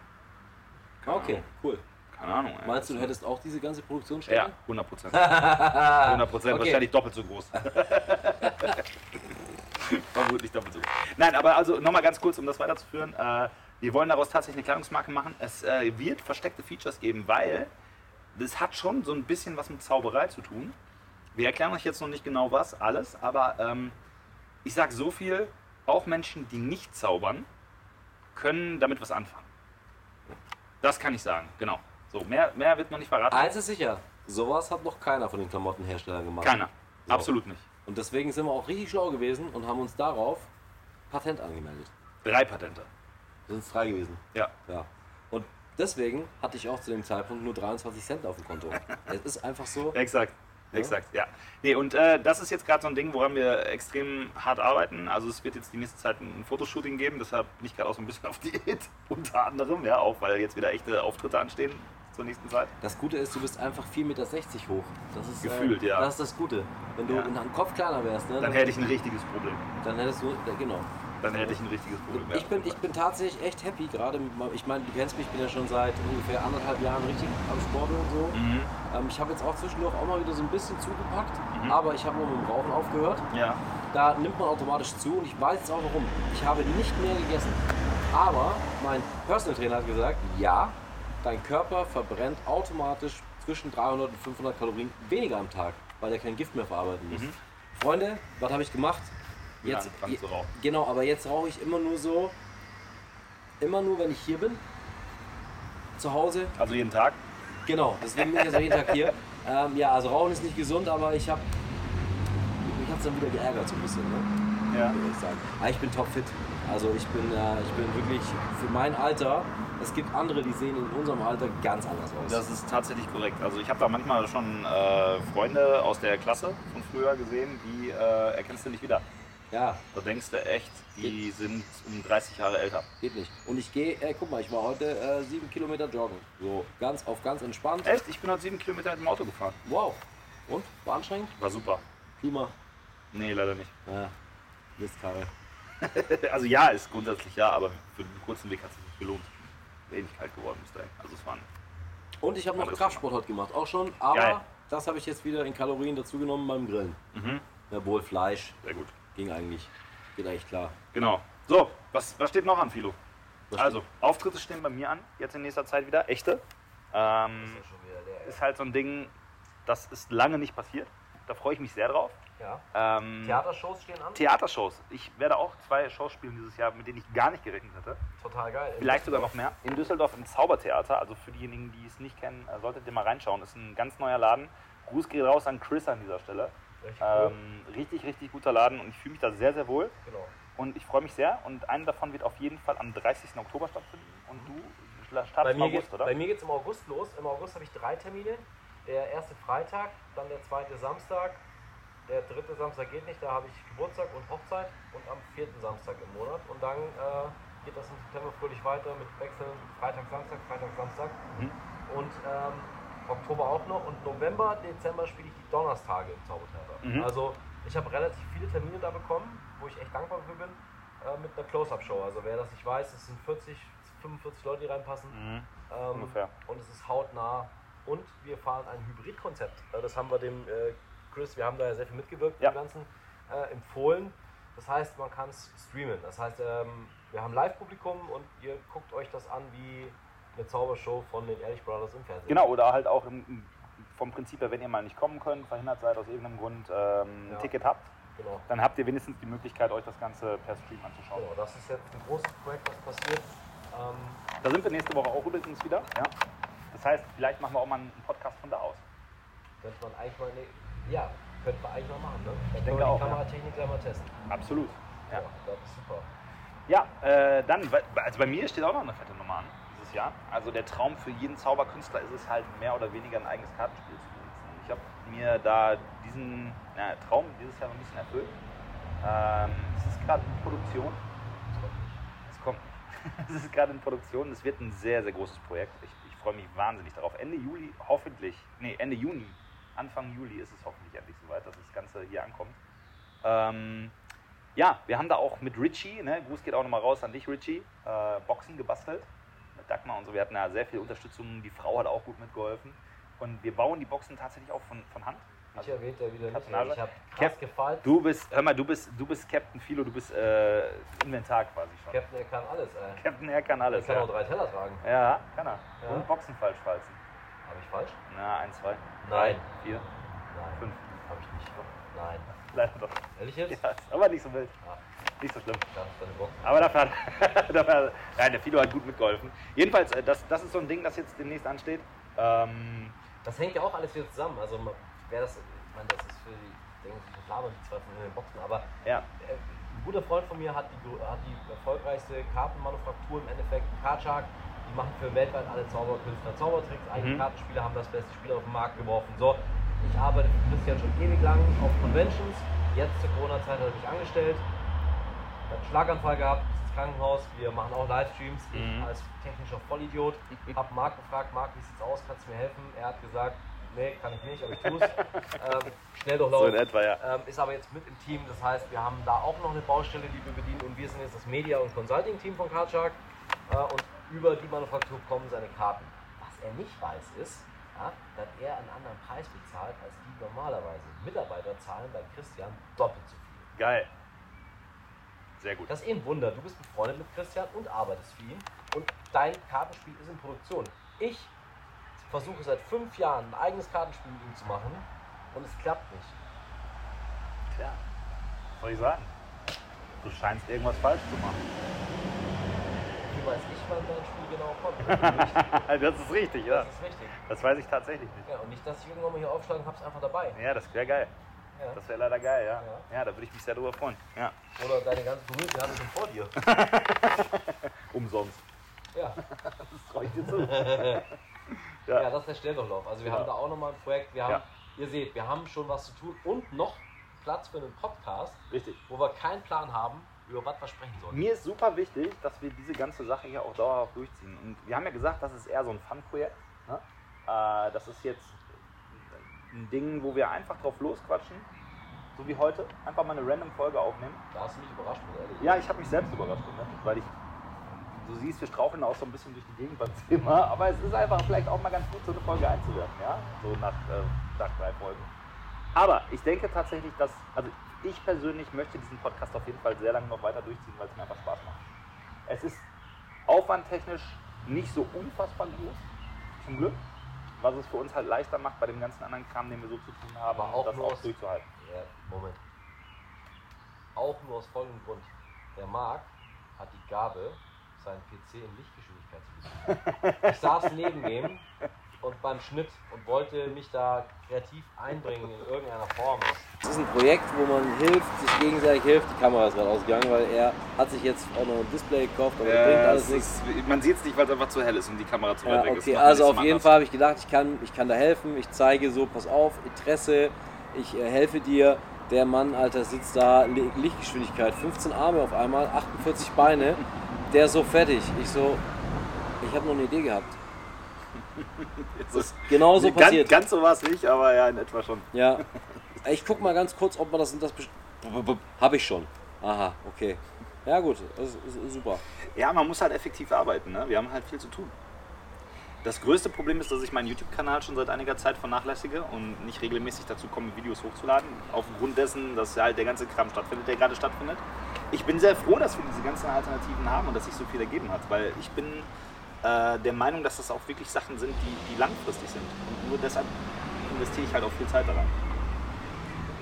Okay, cool.
keine Ahnung. ey.
Meinst du, du hättest auch diese ganze Produktionsstätte?
Ja, 100 Prozent. 100 Prozent,
Okay.
wahrscheinlich doppelt so groß. <laughs> Vermutlich doppelt so groß. Nein, aber also nochmal ganz kurz, um das weiterzuführen. Äh, wir wollen daraus tatsächlich eine Kleidungsmarke machen. Es äh, wird versteckte Features geben, weil das hat schon so ein bisschen was mit Zauberei zu tun. Wir erklären euch jetzt noch nicht genau was, alles, aber ähm, ich sag so viel, auch Menschen, die nicht zaubern, können damit was anfangen. Das kann ich sagen, genau. So, mehr, mehr wird man nicht verraten.
Eins ist sicher, sowas hat noch keiner von den Klamottenherstellern gemacht.
Keiner.
So.
Absolut nicht.
Und deswegen sind wir auch richtig schlau gewesen und haben uns darauf Patent angemeldet.
Drei Patente.
Sind es drei gewesen.
Ja.
Ja. Und deswegen hatte ich auch zu dem Zeitpunkt nur 23 Cent auf dem
<laughs>
Konto. es ist einfach so.
Exakt. Exakt, ja. Nee, und äh, das ist jetzt gerade so ein Ding, woran wir extrem hart arbeiten. Also es wird jetzt die nächste Zeit ein Fotoshooting geben, deshalb bin ich gerade auch so ein bisschen auf <laughs> Diät, unter anderem, ja, auch weil jetzt wieder echte Auftritte anstehen zur nächsten Zeit.
Das Gute ist, du bist einfach 4,60 Meter hoch. Das ist, äh,
Gefühlt, ja.
Das ist das Gute. Wenn du
Ja.
einen Kopf kleiner wärst, ne,
Dann hätte ich ein richtiges Problem.
dann hättest du, ja, genau.
Dann hätte ich ein richtiges Problem.
Ich bin, ich bin tatsächlich echt happy gerade. mit meinem- Ich meine, du kennst mich, ich bin ja schon seit ungefähr anderthalb Jahren richtig am Sport und so.
Mhm.
Ähm, ich habe jetzt auch zwischendurch auch mal wieder so ein bisschen zugepackt, aber ich habe auch mit dem Rauchen aufgehört.
Ja.
Da nimmt man automatisch zu und ich weiß jetzt auch warum. Ich habe nicht mehr gegessen. Aber mein Personal Trainer hat gesagt, ja, dein Körper verbrennt automatisch zwischen 300 und 500 Kalorien weniger am Tag, weil er kein Gift mehr verarbeiten muss. Freunde, was habe ich gemacht?
Wieder angefangen zu rauchen.
Genau, aber jetzt rauche ich immer nur so, immer nur, wenn ich hier bin, zu Hause,
Also jeden Tag.
Genau, deswegen bin ich jetzt auch jeden Tag hier. Ähm, ja, also Rauchen ist nicht gesund, aber ich habe mich hat's dann wieder geärgert so ein bisschen, ne?
Ja.
würde ich sagen. Aber ich bin topfit. Also ich bin, äh, ich bin wirklich für mein Alter. Es gibt andere, die sehen in unserem Alter ganz anders aus.
Das ist tatsächlich korrekt. Also ich habe da manchmal schon äh, Freunde aus der Klasse von früher gesehen, die äh, erkennst du nicht wieder.
ja,
Da denkst du echt, die sind um 30 Jahre älter.
geht nicht. Und ich gehe, äh, guck mal, ich war heute äh, sieben Kilometer joggen. So ganz auf ganz entspannt.
Echt? Ich bin heute sieben Kilometer mit dem Auto gefahren.
Wow. Und? War anstrengend?
War super.
Klima.
Nee, leider nicht.
Ja. Mist, Karl.
Also ja, ist grundsätzlich ja, aber für einen kurzen Weg hat es sich gelohnt. Wenig kalt geworden bis dahin. Also es waren.
Und ich habe noch
Alles
Kraftsport heute gemacht, auch schon. Aber
Geil. Mhm.
das habe ich jetzt wieder in Kalorien dazugenommen beim Grillen. Jawohl, Fleisch
Sehr gut.
ging eigentlich. Geht eigentlich klar.
Genau. So, was, was steht noch an, Philo?
Was
Also, Auftritte stehen bei mir an, jetzt in nächster Zeit wieder. Echte. Ähm, ist halt so ein Ding, das ist lange nicht passiert. Da freue ich mich sehr drauf.
Ja.
Ähm,
Theatershows stehen an?
Theatershows. Ich werde auch zwei Shows spielen dieses Jahr, mit denen ich gar nicht gerechnet hatte.
Total geil.
Vielleicht sogar noch mehr. In Düsseldorf im Zaubertheater. Also für diejenigen, die es nicht kennen, äh, solltet ihr mal reinschauen. Ist ein ganz neuer Laden. Gruß geht raus an Chris an dieser Stelle. Ähm, richtig, richtig guter Laden und ich fühle mich da sehr, sehr wohl.
Genau.
Und ich freue mich sehr. Und eine davon wird auf jeden Fall am 30. Oktober stattfinden. Und du startest
Bei
im
mir,
August,
geht,
oder?
bei mir geht's im August los. Im August habe ich drei Termine. Der erste Freitag, dann der zweite Samstag. Der dritte Samstag geht nicht, da habe ich Geburtstag und Hochzeit und am vierten Samstag im Monat. Und dann äh, geht das im September fröhlich weiter mit Wechseln Freitag, Samstag, Freitag, Samstag.
Mhm.
Und ähm, Oktober auch noch. Und November, Dezember spiele ich die Donnerstage im Zaubertheater.
Mhm.
Also ich habe relativ viele Termine da bekommen, wo ich echt dankbar für bin, äh, mit einer Close-Up-Show. Also wer das nicht weiß, es sind 40, 45 Leute, die reinpassen.
Mhm.
Ähm,
Ungefähr.
Und es ist hautnah. Und wir fahren ein Hybridkonzept. Äh, Das haben wir dem äh, Chris, wir haben da ja sehr viel mitgewirkt,
Ja.
im Ganzen äh, empfohlen. Das heißt, man kann es streamen. Das heißt, ähm, wir haben Live-Publikum und ihr guckt euch das an wie eine Zaubershow von den Ehrlich Brothers im Fernsehen.
Genau, oder halt auch im, im- vom Prinzip her, wenn ihr mal nicht kommen könnt, verhindert seid aus irgendeinem Grund, ähm, ein
Ja.
Ticket habt,
genau.
dann habt ihr wenigstens die Möglichkeit, euch das Ganze per Stream anzuschauen.
Genau, das ist jetzt ein großes Projekt, was passiert. Ähm,
Da sind wir nächste Woche auch übrigens wieder. Ja. Das heißt, vielleicht machen wir auch mal einen Podcast von da aus.
könnte man eigentlich mal, ne ja, könnte man eigentlich mal machen, ne? Dann
denke
können wir die
auch, ja.
Kameratechnik gleich mal testen.
Absolut. Ja,
das ist super.
ja äh, dann, bei- also bei mir steht auch noch eine fette Nummer an dieses Jahr. Also der Traum für jeden Zauberkünstler ist es halt mehr oder weniger ein eigenes Kartenspiel zu besitzen. Ich habe mir da diesen na, Traum dieses Jahr so ein bisschen erfüllt. Ähm, es ist gerade in Produktion. Es kommt <laughs> nicht. Es ist gerade in Produktion. Es wird ein sehr, sehr großes Projekt. Ich, ich freue mich wahnsinnig darauf. Ende Juli hoffentlich, nee, Ende Juni, Anfang Juli ist es hoffentlich endlich soweit, dass das Ganze hier ankommt. Ähm, ja, wir haben da auch mit Richie, ne, Gruß geht auch nochmal raus an dich, Richie, äh, Boxen gebastelt mit Dagmar und so. Wir hatten da sehr viel Unterstützung. Die Frau hat auch gut mitgeholfen. Und wir bauen die Boxen tatsächlich auch von, von Hand.
Ich erwähnt ja wieder nicht,
Katzenarbe.
ich habe krass
Cap-
gefallen.
Du bist, hör mal, du bist, du bist Captain Philo, du bist äh, Inventar quasi schon.
Captain, er kann alles, ey.
Captain, er kann
Er
alles.
kann
ja.
auch drei Teller tragen.
ja, kann er.
Ja.
Und Boxen falsch falzen.
Habe ich falsch?
Na, eins, zwei, drei,
Nein.
vier,
Nein.
fünf.
Habe ich nicht. Nein.
Leider doch.
Ehrlich jetzt?
Ja, ist aber nicht so wild.
Ah,
Nicht so schlimm.
ja, deine Box.
Aber dafür hat, <laughs> dafür hat nein, der Philo hat gut mitgeholfen. Jedenfalls, äh, das, das ist so ein Ding, das jetzt demnächst ansteht. Ähm,
Das hängt ja auch alles wieder zusammen. Also, man- wer das, ich meine, das ist für die, denken sich, labern die zwei von den Boxen, aber
ja,
äh, ein guter Freund von mir hat die, gro- hat die erfolgreichste Kartenmanufaktur im Endeffekt, Karchak. Die machen für weltweit alle Zauberkünstler Zaubertricks. Eigene
Mhm.
Kartenspieler haben das beste Spiel auf den Markt geworfen. So, ich arbeite für Christian schon ewig lang auf Conventions. Jetzt zur Corona-Zeit hat er mich angestellt. Ich habe einen Schlaganfall gehabt, ist ins Krankenhaus. Wir machen auch Livestreams.
Mhm.
Ich als technischer
<laughs>
Vollidiot habe Marc gefragt: Marc, wie sieht's aus? Kannst du mir helfen? Er hat gesagt: Nee, kann ich nicht, aber ich
<laughs>
tue es. ähm, schnell
so
durchlaufen.
in etwa, ja.
Ähm, ist aber jetzt mit im Team. Das heißt, wir haben da auch noch eine Baustelle, die wir bedienen. Und wir sind jetzt das Media- und Consulting-Team von Karchak. Äh, und über die Manufaktur kommen seine Karten. Was er nicht weiß, ist, ja, dass er einen anderen Preis bezahlt, als die normalerweise. Mitarbeiter zahlen bei Christian doppelt so viel.
Geil. Sehr gut.
Das ist eh ein Wunder. Du bist befreundet mit Christian und arbeitest für ihn. Und dein Kartenspiel ist in Produktion. Ich versuche seit fünf Jahren ein eigenes Kartenspiel mit ihm zu machen. Und es klappt nicht.
Tja, was soll ich sagen? Du scheinst irgendwas falsch zu machen.
Wie weiß ich, wann dein Spiel genau kommt?
<laughs> das ist richtig, ja.
Das ist richtig.
Das weiß ich tatsächlich nicht.
Ja, und nicht, dass ich irgendwann mal hier aufschlagen hab's einfach dabei.
Ja, das wäre geil.
Ja.
Das wäre leider geil, ja.
Ja.
Ja, da würde ich mich sehr drüber freuen. Ja.
Oder deine ganze Community hat es schon vor dir.
Umsonst.
Ja,
Das traue ich dir zu. <laughs> ja.
ja das ist der Stelldurchlauf. Also wir
Genau.
haben da auch nochmal ein Projekt. Wir haben,
Ja.
Ihr seht, wir haben schon was zu tun und noch Platz für einen Podcast,
richtig.
wo wir keinen Plan haben, über was wir sprechen sollen.
Mir ist super wichtig, dass wir diese ganze Sache hier auch dauerhaft durchziehen. Und wir haben ja gesagt, das ist eher so ein Fun-Projekt. Ne? Äh, das ist jetzt ein Ding, wo wir einfach drauf losquatschen. so wie heute, einfach mal eine random Folge aufnehmen.
Da hast du mich überrascht, muss ich ehrlich.
Ja, ich habe mich selbst überrascht, ne? weil ich, du siehst, wir straucheln auch so ein bisschen durch die Gegend beim <laughs> Thema, aber es ist einfach vielleicht auch mal ganz gut, so eine Folge einzuwerfen, ja, so nach, äh, nach drei Folgen. Aber ich denke tatsächlich, dass, also ich persönlich möchte diesen Podcast auf jeden Fall sehr lange noch weiter durchziehen, weil es mir einfach Spaß macht. Es ist aufwandtechnisch nicht so unfassbar groß, zum Glück, was es für uns halt leichter macht, bei dem ganzen anderen Kram, den wir so zu tun haben,
Aber auch
das
nur
auch
aus-
durchzuhalten.
Ja, Moment. Auch nur aus folgendem Grund. Der Marc hat die Gabe, seinen PC in Lichtgeschwindigkeit zu bedienen. Ich saß neben ihm und beim Schnitt und wollte mich da kreativ einbringen in irgendeiner Form.
Es ist ein Projekt, wo man hilft, sich gegenseitig hilft. Die Kamera ist gerade ausgegangen, weil er hat sich jetzt auch noch ein Display gekauft, aber das bringt alles nichts.
man sieht es nicht, weil es einfach zu hell ist und die Kamera zu
Ja, okay, also auf jeden Fall habe ich gedacht, ich kann, ich kann da helfen. Ich zeige so, pass auf, Interesse, ich äh, helfe dir. Der Mann, Alter, sitzt da, Li- Lichtgeschwindigkeit, 15 Arme auf einmal, 48 Beine, der ist so fertig. Ich so, ich habe noch eine Idee gehabt.
Das
Genau so passiert.
Ganz, ganz so war es nicht, aber ja, in etwa schon.
Ja. Ich guck mal ganz kurz, ob man das, das best- habe ich schon. Aha, okay. Ja gut, das ist, ist super.
Ja, man muss halt effektiv arbeiten, ne? Wir haben halt viel zu tun. Das größte Problem ist, dass ich meinen YouTube-Kanal schon seit einiger Zeit vernachlässige und nicht regelmäßig dazu komme, Videos hochzuladen. Aufgrund dessen, dass halt der ganze Kram stattfindet, der gerade stattfindet. Ich bin sehr froh, dass wir diese ganzen Alternativen haben und dass sich so viel ergeben hat, weil ich bin äh, der Meinung, dass das auch wirklich Sachen sind, die, die langfristig sind. Und nur deshalb investiere ich halt auch viel Zeit daran.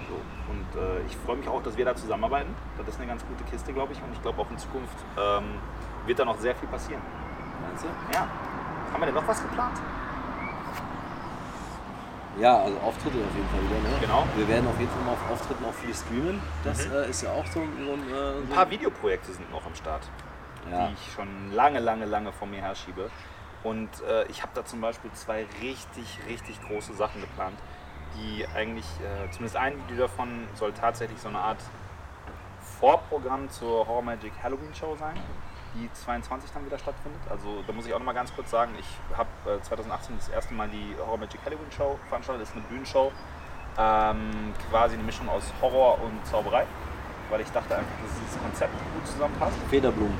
So. Und äh, ich freue mich auch, dass wir da zusammenarbeiten. Das ist eine ganz gute Kiste, glaube ich. Und ich glaube auch in Zukunft ähm, wird da noch sehr viel passieren.
Meinst du?
Ja. Haben wir denn noch was geplant?
Ja, also Auftritte auf jeden Fall wieder. Ne?
Genau. Mhm.
Wir werden auf jeden Fall mal auf Auftritten auch viel streamen. Das äh, ist ja auch so, ein- so ein. Äh, so
Ein paar Videoprojekte sind noch am Start,
Ja.
die ich schon lange, lange, lange vor mir herschiebe. Und äh, ich habe da zum Beispiel zwei richtig, richtig große Sachen geplant, die eigentlich, äh, zumindest ein Video davon soll tatsächlich so eine Art Vorprogramm zur Horror Magic Halloween Show sein, die 22 dann wieder stattfindet. Also da muss ich auch noch mal ganz kurz sagen, ich habe äh, 2018 das erste Mal die Horror Magic Halloween Show veranstaltet. Das ist eine Bühnenshow, ähm, quasi eine Mischung aus Horror und Zauberei, weil ich dachte einfach, dass dieses Konzept gut zusammenpasst.
Federblumen.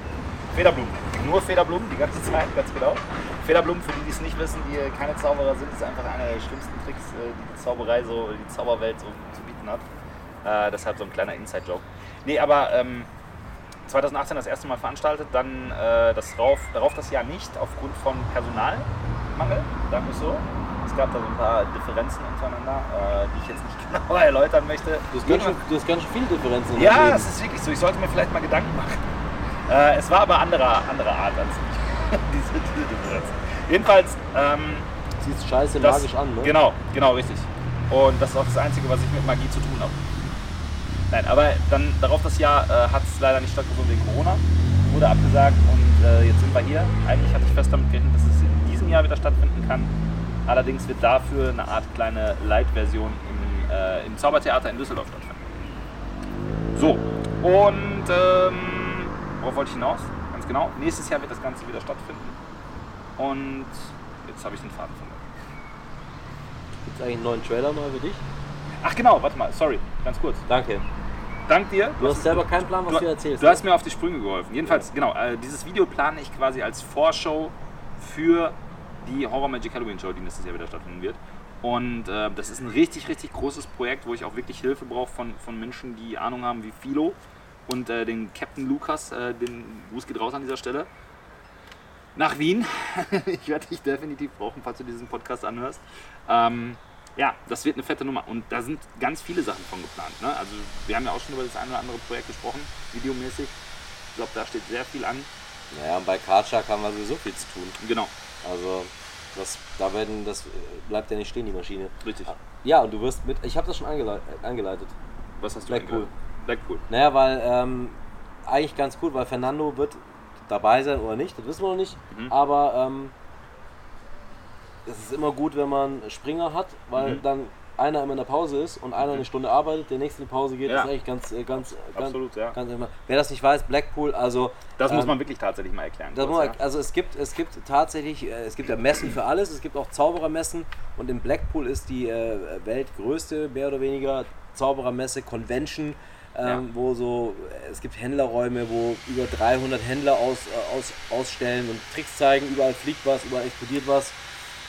Federblumen. Nur Federblumen die ganze Zeit, ganz genau. Federblumen, für die, die es nicht wissen, die äh, keine Zauberer sind, ist einfach einer der schlimmsten Tricks, äh, die die Zauberei so, die Zauberwelt so zu bieten hat. Äh, deshalb so ein kleiner Inside-Joke. Nee, aber ähm, 2018 das erste Mal veranstaltet, dann äh, das rauf, darauf das Jahr nicht, aufgrund von Personalmangel, sagen wir es so. Es gab da so ein paar Differenzen untereinander, äh, die ich jetzt nicht <laughs> genauer erläutern möchte.
Du hast ganz schön, du hast ganz schön viele Differenzen. in deinem
Ja,
Leben.
es ist wirklich so. Ich sollte mir vielleicht mal Gedanken machen. Äh, es war aber anderer, anderer Art als ich. <laughs> diese, diese Differenz. Jedenfalls, ähm,
Siehst scheiße
das,
magisch an, ne?
Genau, genau, richtig. Und das ist auch das Einzige, was ich mit Magie zu tun habe. Nein, aber dann darauf das Jahr äh, hat es leider nicht stattgefunden wegen Corona. Wurde abgesagt und äh, jetzt sind wir hier. Eigentlich hatte ich fest damit gerechnet, dass es in diesem Jahr wieder stattfinden kann. Allerdings wird dafür eine Art kleine Light-Version im, äh, im Zaubertheater in Düsseldorf stattfinden. So, und ähm, worauf wollte ich hinaus? Ganz genau. Nächstes Jahr wird das Ganze wieder stattfinden. Und jetzt habe ich den Faden verloren.
Gibt's eigentlich einen neuen Trailer mal für dich?
Ach genau, warte mal, sorry, ganz kurz.
Danke.
Dank dir.
Du hast selber keinen Plan, was du,
du,
erzählst.
du hast mir auf die Sprünge geholfen. Jedenfalls, genau, äh, dieses Video plane ich quasi als Vorschau für die Horror Magic Halloween Show, die nächstes Jahr wieder stattfinden wird. Und äh, das ist ein richtig, richtig großes Projekt, wo ich auch wirklich Hilfe brauche von, von Menschen, die Ahnung haben wie Philo und äh, den Captain Lukas, äh, den Gruß geht raus an dieser Stelle. Nach Wien. <laughs> ich werde dich definitiv brauchen, falls du diesen Podcast anhörst. Ähm, ja, das wird eine fette Nummer. Und da sind ganz viele Sachen von geplant. Ne? Also wir haben ja auch schon über das eine oder andere Projekt gesprochen, videomäßig. Ich glaube, da steht sehr viel an.
Naja, und bei Karchak haben wir sowieso viel zu tun.
Genau,
Also, das, da werden, das äh, bleibt ja nicht stehen, die Maschine.
richtig.
Ja, und du wirst mit. Ich habe das schon angelei- äh, angeleitet.
Was hast du
Blackpool.
eingeladen? Blackpool.
Naja, weil ähm, eigentlich ganz gut, weil Fernando wird dabei sein oder nicht, das wissen wir noch nicht.
Mhm.
Aber ähm, es ist immer gut, wenn man Springer hat, weil
Mhm.
dann einer immer in der Pause ist und einer eine Stunde arbeitet, der nächste in die Pause geht.
Ja.
Das ist eigentlich ganz, äh, ganz, äh, ganz,
Absolut, ja.
ganz immer. Wer das nicht weiß, Blackpool, also
Das muss
ähm,
man wirklich tatsächlich mal erklären.
das
kurz,
muss man,
ja.
also es gibt, es gibt tatsächlich, äh, es gibt ja Messen für alles, es gibt auch Zauberermessen und in Blackpool ist die äh, weltgrößte, mehr oder weniger, Zauberermesse, Convention, ähm, wo so, äh, es gibt Händlerräume, wo über 300 Händler aus, äh, aus, ausstellen und Tricks zeigen, überall fliegt was, überall explodiert was.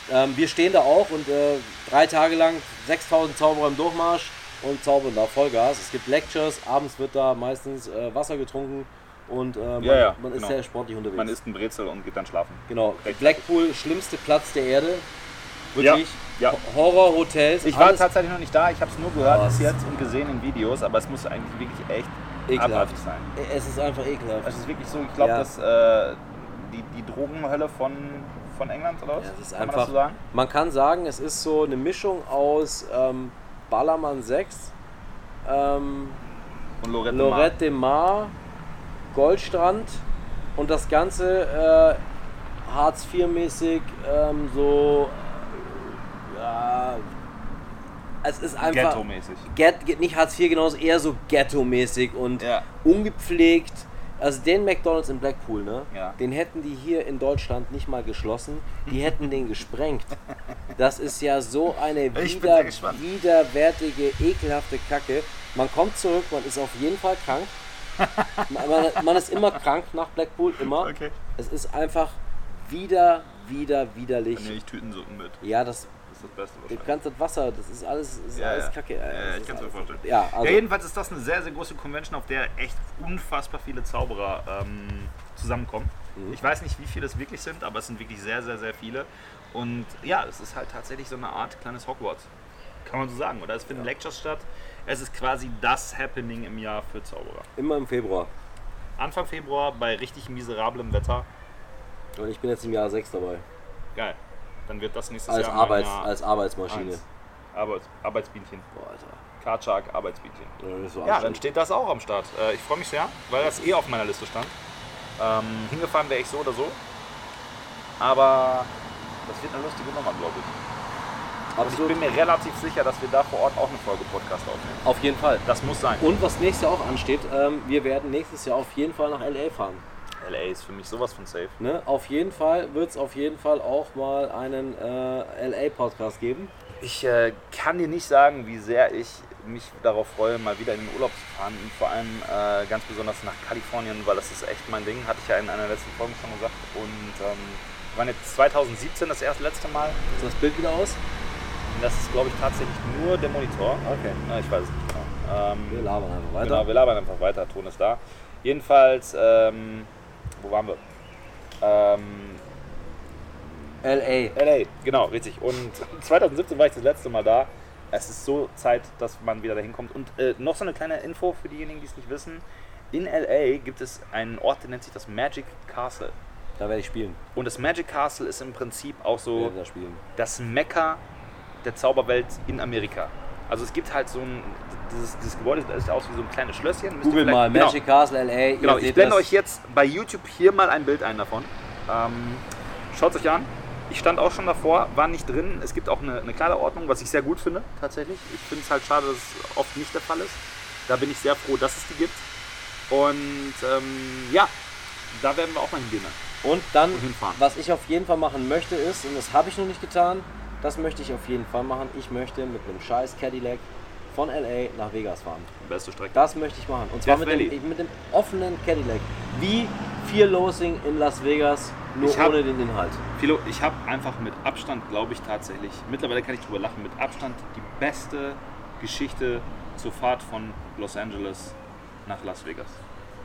Ähm, wir stehen da auch und äh, drei Tage lang 6000 Zauberer im Durchmarsch und zaubern da Vollgas. Es gibt Lectures, abends wird da meistens äh, Wasser getrunken und äh, man,
Ja, ja,
man ist
genau.
sehr sportlich unterwegs.
Man isst ein Brezel und geht dann schlafen.
genau.
Recht.
Blackpool, schlimmste Platz der Erde. Wirklich.
Ja, ja.
Ho- Horrorhotels.
Ich war
alles
tatsächlich noch nicht da, ich habe es nur gehört
Boah,
bis
es
jetzt und gesehen in Videos, aber es muss eigentlich wirklich echt
Ekelhaft.
abartig sein.
Es ist einfach ekelhaft.
Es ist wirklich so, ich glaube,
Ja.
dass äh, die, die Drogenhölle von, von England oder was?
Ja, es ist
Kann man
einfach,
das so sagen?
man kann sagen, es ist so eine Mischung aus ähm, Ballermann 6, ähm,
Und Lorette,
Lorette de Mar, Goldstrand und das Ganze äh, Hartz IV-mäßig ähm, so. Äh, ja, es ist
Mar.
einfach.
Ghetto-mäßig.
Get, get, nicht Hartz IV, genauso eher so ghetto-mäßig und
Ja.
ungepflegt. Also den McDonalds in Blackpool, ne?
Ja.
Den hätten die hier in Deutschland nicht mal geschlossen. Die hätten den gesprengt. Das ist ja so eine
bin
wider,
sehr gespannt.
widerwärtige, ekelhafte Kacke. Man kommt zurück, man ist auf jeden Fall krank. Man, man, man ist immer krank nach Blackpool, immer.
Okay.
Es ist einfach wieder, wieder, widerlich.
Nee, ich Tütensuppen mit.
Ja, das,
Das ist das Beste
du
wahrscheinlich.
kannst das Wasser, das ist alles, das ist
Ja,
alles
ja.
Kacke.
Ja,
Das
ich
ist
kann's mir
alles-
vorstellen.
Ja, also,
ja, jedenfalls ist das eine sehr, sehr große Convention, auf der echt unfassbar viele Zauberer ähm, zusammenkommen.
Mhm.
Ich weiß nicht, wie viele es wirklich sind, aber es sind wirklich sehr, sehr, sehr viele. Und ja, es ist halt tatsächlich so eine Art kleines Hogwarts. Kann man so sagen, oder? Es finden Lectures statt. Es ist quasi das Happening im Jahr für Zauberer.
immer im Februar.
Anfang Februar bei richtig miserablem Wetter.
Und ich bin jetzt im Jahr 6 dabei.
Geil. Dann wird das nächstes
Als,
Jahr.
Arbeits,
mein Jahr
als Arbeitsmaschine.
eins. Arbeits, Arbeitsbienchen.
Boah, Alter.
Karchak, Arbeitsbienchen.
Das ist so
Ja, dann
anstrengend.
steht das auch am Start. Äh, ich freue mich sehr, weil das eh auf meiner Liste stand. Ähm, hingefahren wäre ich so oder so. Aber das wird eine lustige Nummer, glaube ich. Und also ich
Absolut.
bin mir relativ sicher, dass wir da vor Ort auch eine Folge Podcast aufnehmen.
Auf jeden Fall.
Das muss sein.
Und was nächstes Jahr auch ansteht, ähm, wir werden nächstes Jahr auf jeden Fall nach LA fahren.
LA ist für mich sowas von safe.
Ne? Auf jeden Fall wird es auf jeden Fall auch mal einen äh, LA-Podcast geben.
Ich äh, kann dir nicht sagen, wie sehr ich mich darauf freue, mal wieder in den Urlaub zu fahren. Und vor allem äh, ganz besonders nach Kalifornien, weil das ist echt mein Ding. Hatte ich ja in einer letzten Folge schon gesagt. Und ähm, wir waren jetzt 2017 das erste letzte Mal.
Ist das Bild wieder aus?
Das ist, glaube ich, tatsächlich nur der Monitor.
Okay.
Na, ich weiß es nicht genau. Ähm,
Wir labern einfach
Genau,
weiter.
wir labern einfach weiter. Ton ist da. Jedenfalls, ähm, wo waren wir? Ähm,
LA.
LA, genau, richtig. Und 2017 war ich das letzte Mal da. Es ist so Zeit, dass man wieder dahin kommt. Und äh, noch so eine kleine Info für diejenigen, die es nicht wissen. In LA gibt es einen Ort, der nennt sich das Magic Castle.
Da werde ich spielen.
Und das Magic Castle ist im Prinzip auch
Wir
so
werden da spielen.
das Mekka der Zauberwelt in Amerika. Also es gibt halt so ein, dieses, dieses Gebäude das sieht aus wie so ein kleines Schlösschen. Müsst ihr
Google
vielleicht-
mal
genau.
Magic Castle LA. ihr
Genau, ich
seht
blende
das.
euch jetzt bei YouTube hier mal ein Bild ein davon. Ähm, Schaut euch an. Ich stand auch schon davor, war nicht drin. Es gibt auch eine, eine Kleiderordnung, was ich sehr gut finde, tatsächlich. Ich finde es halt schade, dass es oft nicht der Fall ist. Da bin ich sehr froh, dass es die gibt. Und ähm, ja, da werden wir auch mal hingehen.
Und dann,
Und hinfahren.
was ich auf jeden Fall machen möchte, ist, und das habe ich noch nicht getan, das möchte ich auf jeden Fall machen. Ich möchte mit einem scheiß Cadillac von LA nach Vegas fahren.
Beste Strecke.
Das möchte ich machen. Und zwar
Death
mit dem,
Valley.
mit dem offenen Cadillac. Wie Fear Losing in Las Vegas, nur
Ich hab-
ohne den Inhalt.
Philo, ich habe einfach mit Abstand, glaube ich tatsächlich, mittlerweile kann ich drüber lachen, mit Abstand die beste Geschichte zur Fahrt von Los Angeles nach Las Vegas.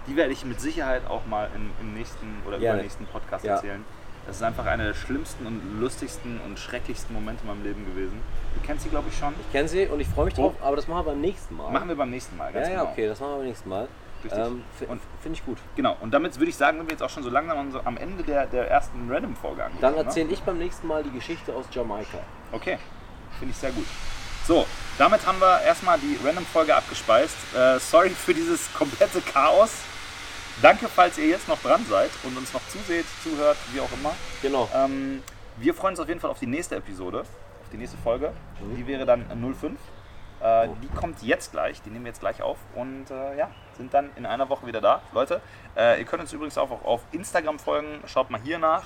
Die werde ich mit Sicherheit auch mal im, im nächsten oder
Gerne.
übernächsten Podcast
Ja.
erzählen. Das ist einfach einer der schlimmsten und lustigsten und schrecklichsten Momente in meinem Leben gewesen. Du kennst sie, glaube ich, schon.
Ich kenne sie und ich freue mich
Oh.
drauf, aber das machen wir beim nächsten Mal.
Machen wir beim nächsten Mal, ganz
ja, ja,
genau.
okay, das machen wir beim nächsten Mal.
Richtig.
Ähm, f-
Und-
Finde ich gut.
Genau, und damit würde ich sagen, sind wir jetzt auch schon so langsam an so- am Ende der, der ersten Random-Folge angekommen.
Dann
ne?
erzähle ich beim nächsten Mal die Geschichte aus Jamaika.
Okay, finde ich sehr gut. So, damit haben wir erstmal die Random-Folge abgespeist. Äh, sorry für dieses komplette Chaos. Danke, falls ihr jetzt noch dran seid und uns noch zuseht, zuhört, wie auch immer.
Genau.
Ähm, wir freuen uns auf jeden Fall auf die nächste Episode, auf die nächste Folge. Die wäre dann 05. Äh, Die kommt jetzt gleich, die nehmen wir jetzt gleich auf und äh, ja, sind dann in einer Woche wieder da. Leute, äh, ihr könnt uns übrigens auch auf Instagram folgen, schaut mal hier nach.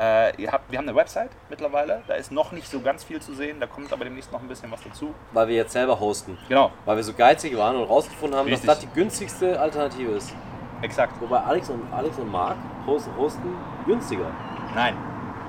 Äh, ihr habt, wir haben eine Website mittlerweile, da ist noch nicht so ganz viel zu sehen, da kommt aber demnächst noch ein bisschen was dazu.
Weil wir jetzt selber hosten.
Genau,
Weil wir so geizig waren und rausgefunden haben,
Richtig.
dass das die günstigste Alternative ist.
exakt.
Wobei Alex und, Alex und Marc hosten, hosten günstiger.
Nein,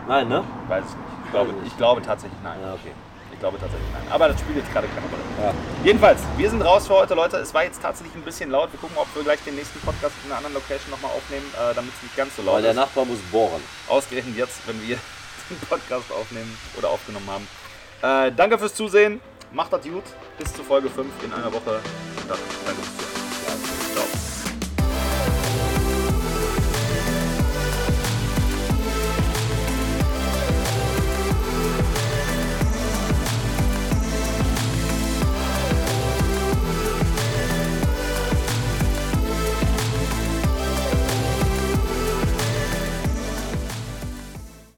Nein, ne?
weiß ich nicht. Ich glaube, ich glaube tatsächlich nein.
Ja, okay.
Ich glaube tatsächlich nein. Aber das spielt jetzt gerade keine Rolle.
Ja.
Jedenfalls, wir sind raus für heute, Leute. Es war jetzt tatsächlich ein bisschen laut. Wir gucken, ob wir gleich den nächsten Podcast in einer anderen Location nochmal aufnehmen, äh, damit es nicht ganz so laut
Weil der
ist.
Nachbar muss bohren.
Ausgerechnet jetzt, wenn wir <laughs> den Podcast aufnehmen oder aufgenommen haben. Äh, danke fürs Zusehen. Macht das gut. Bis zur Folge 5 in einer Woche. Und dann, danke fürs Zusehen. Ciao.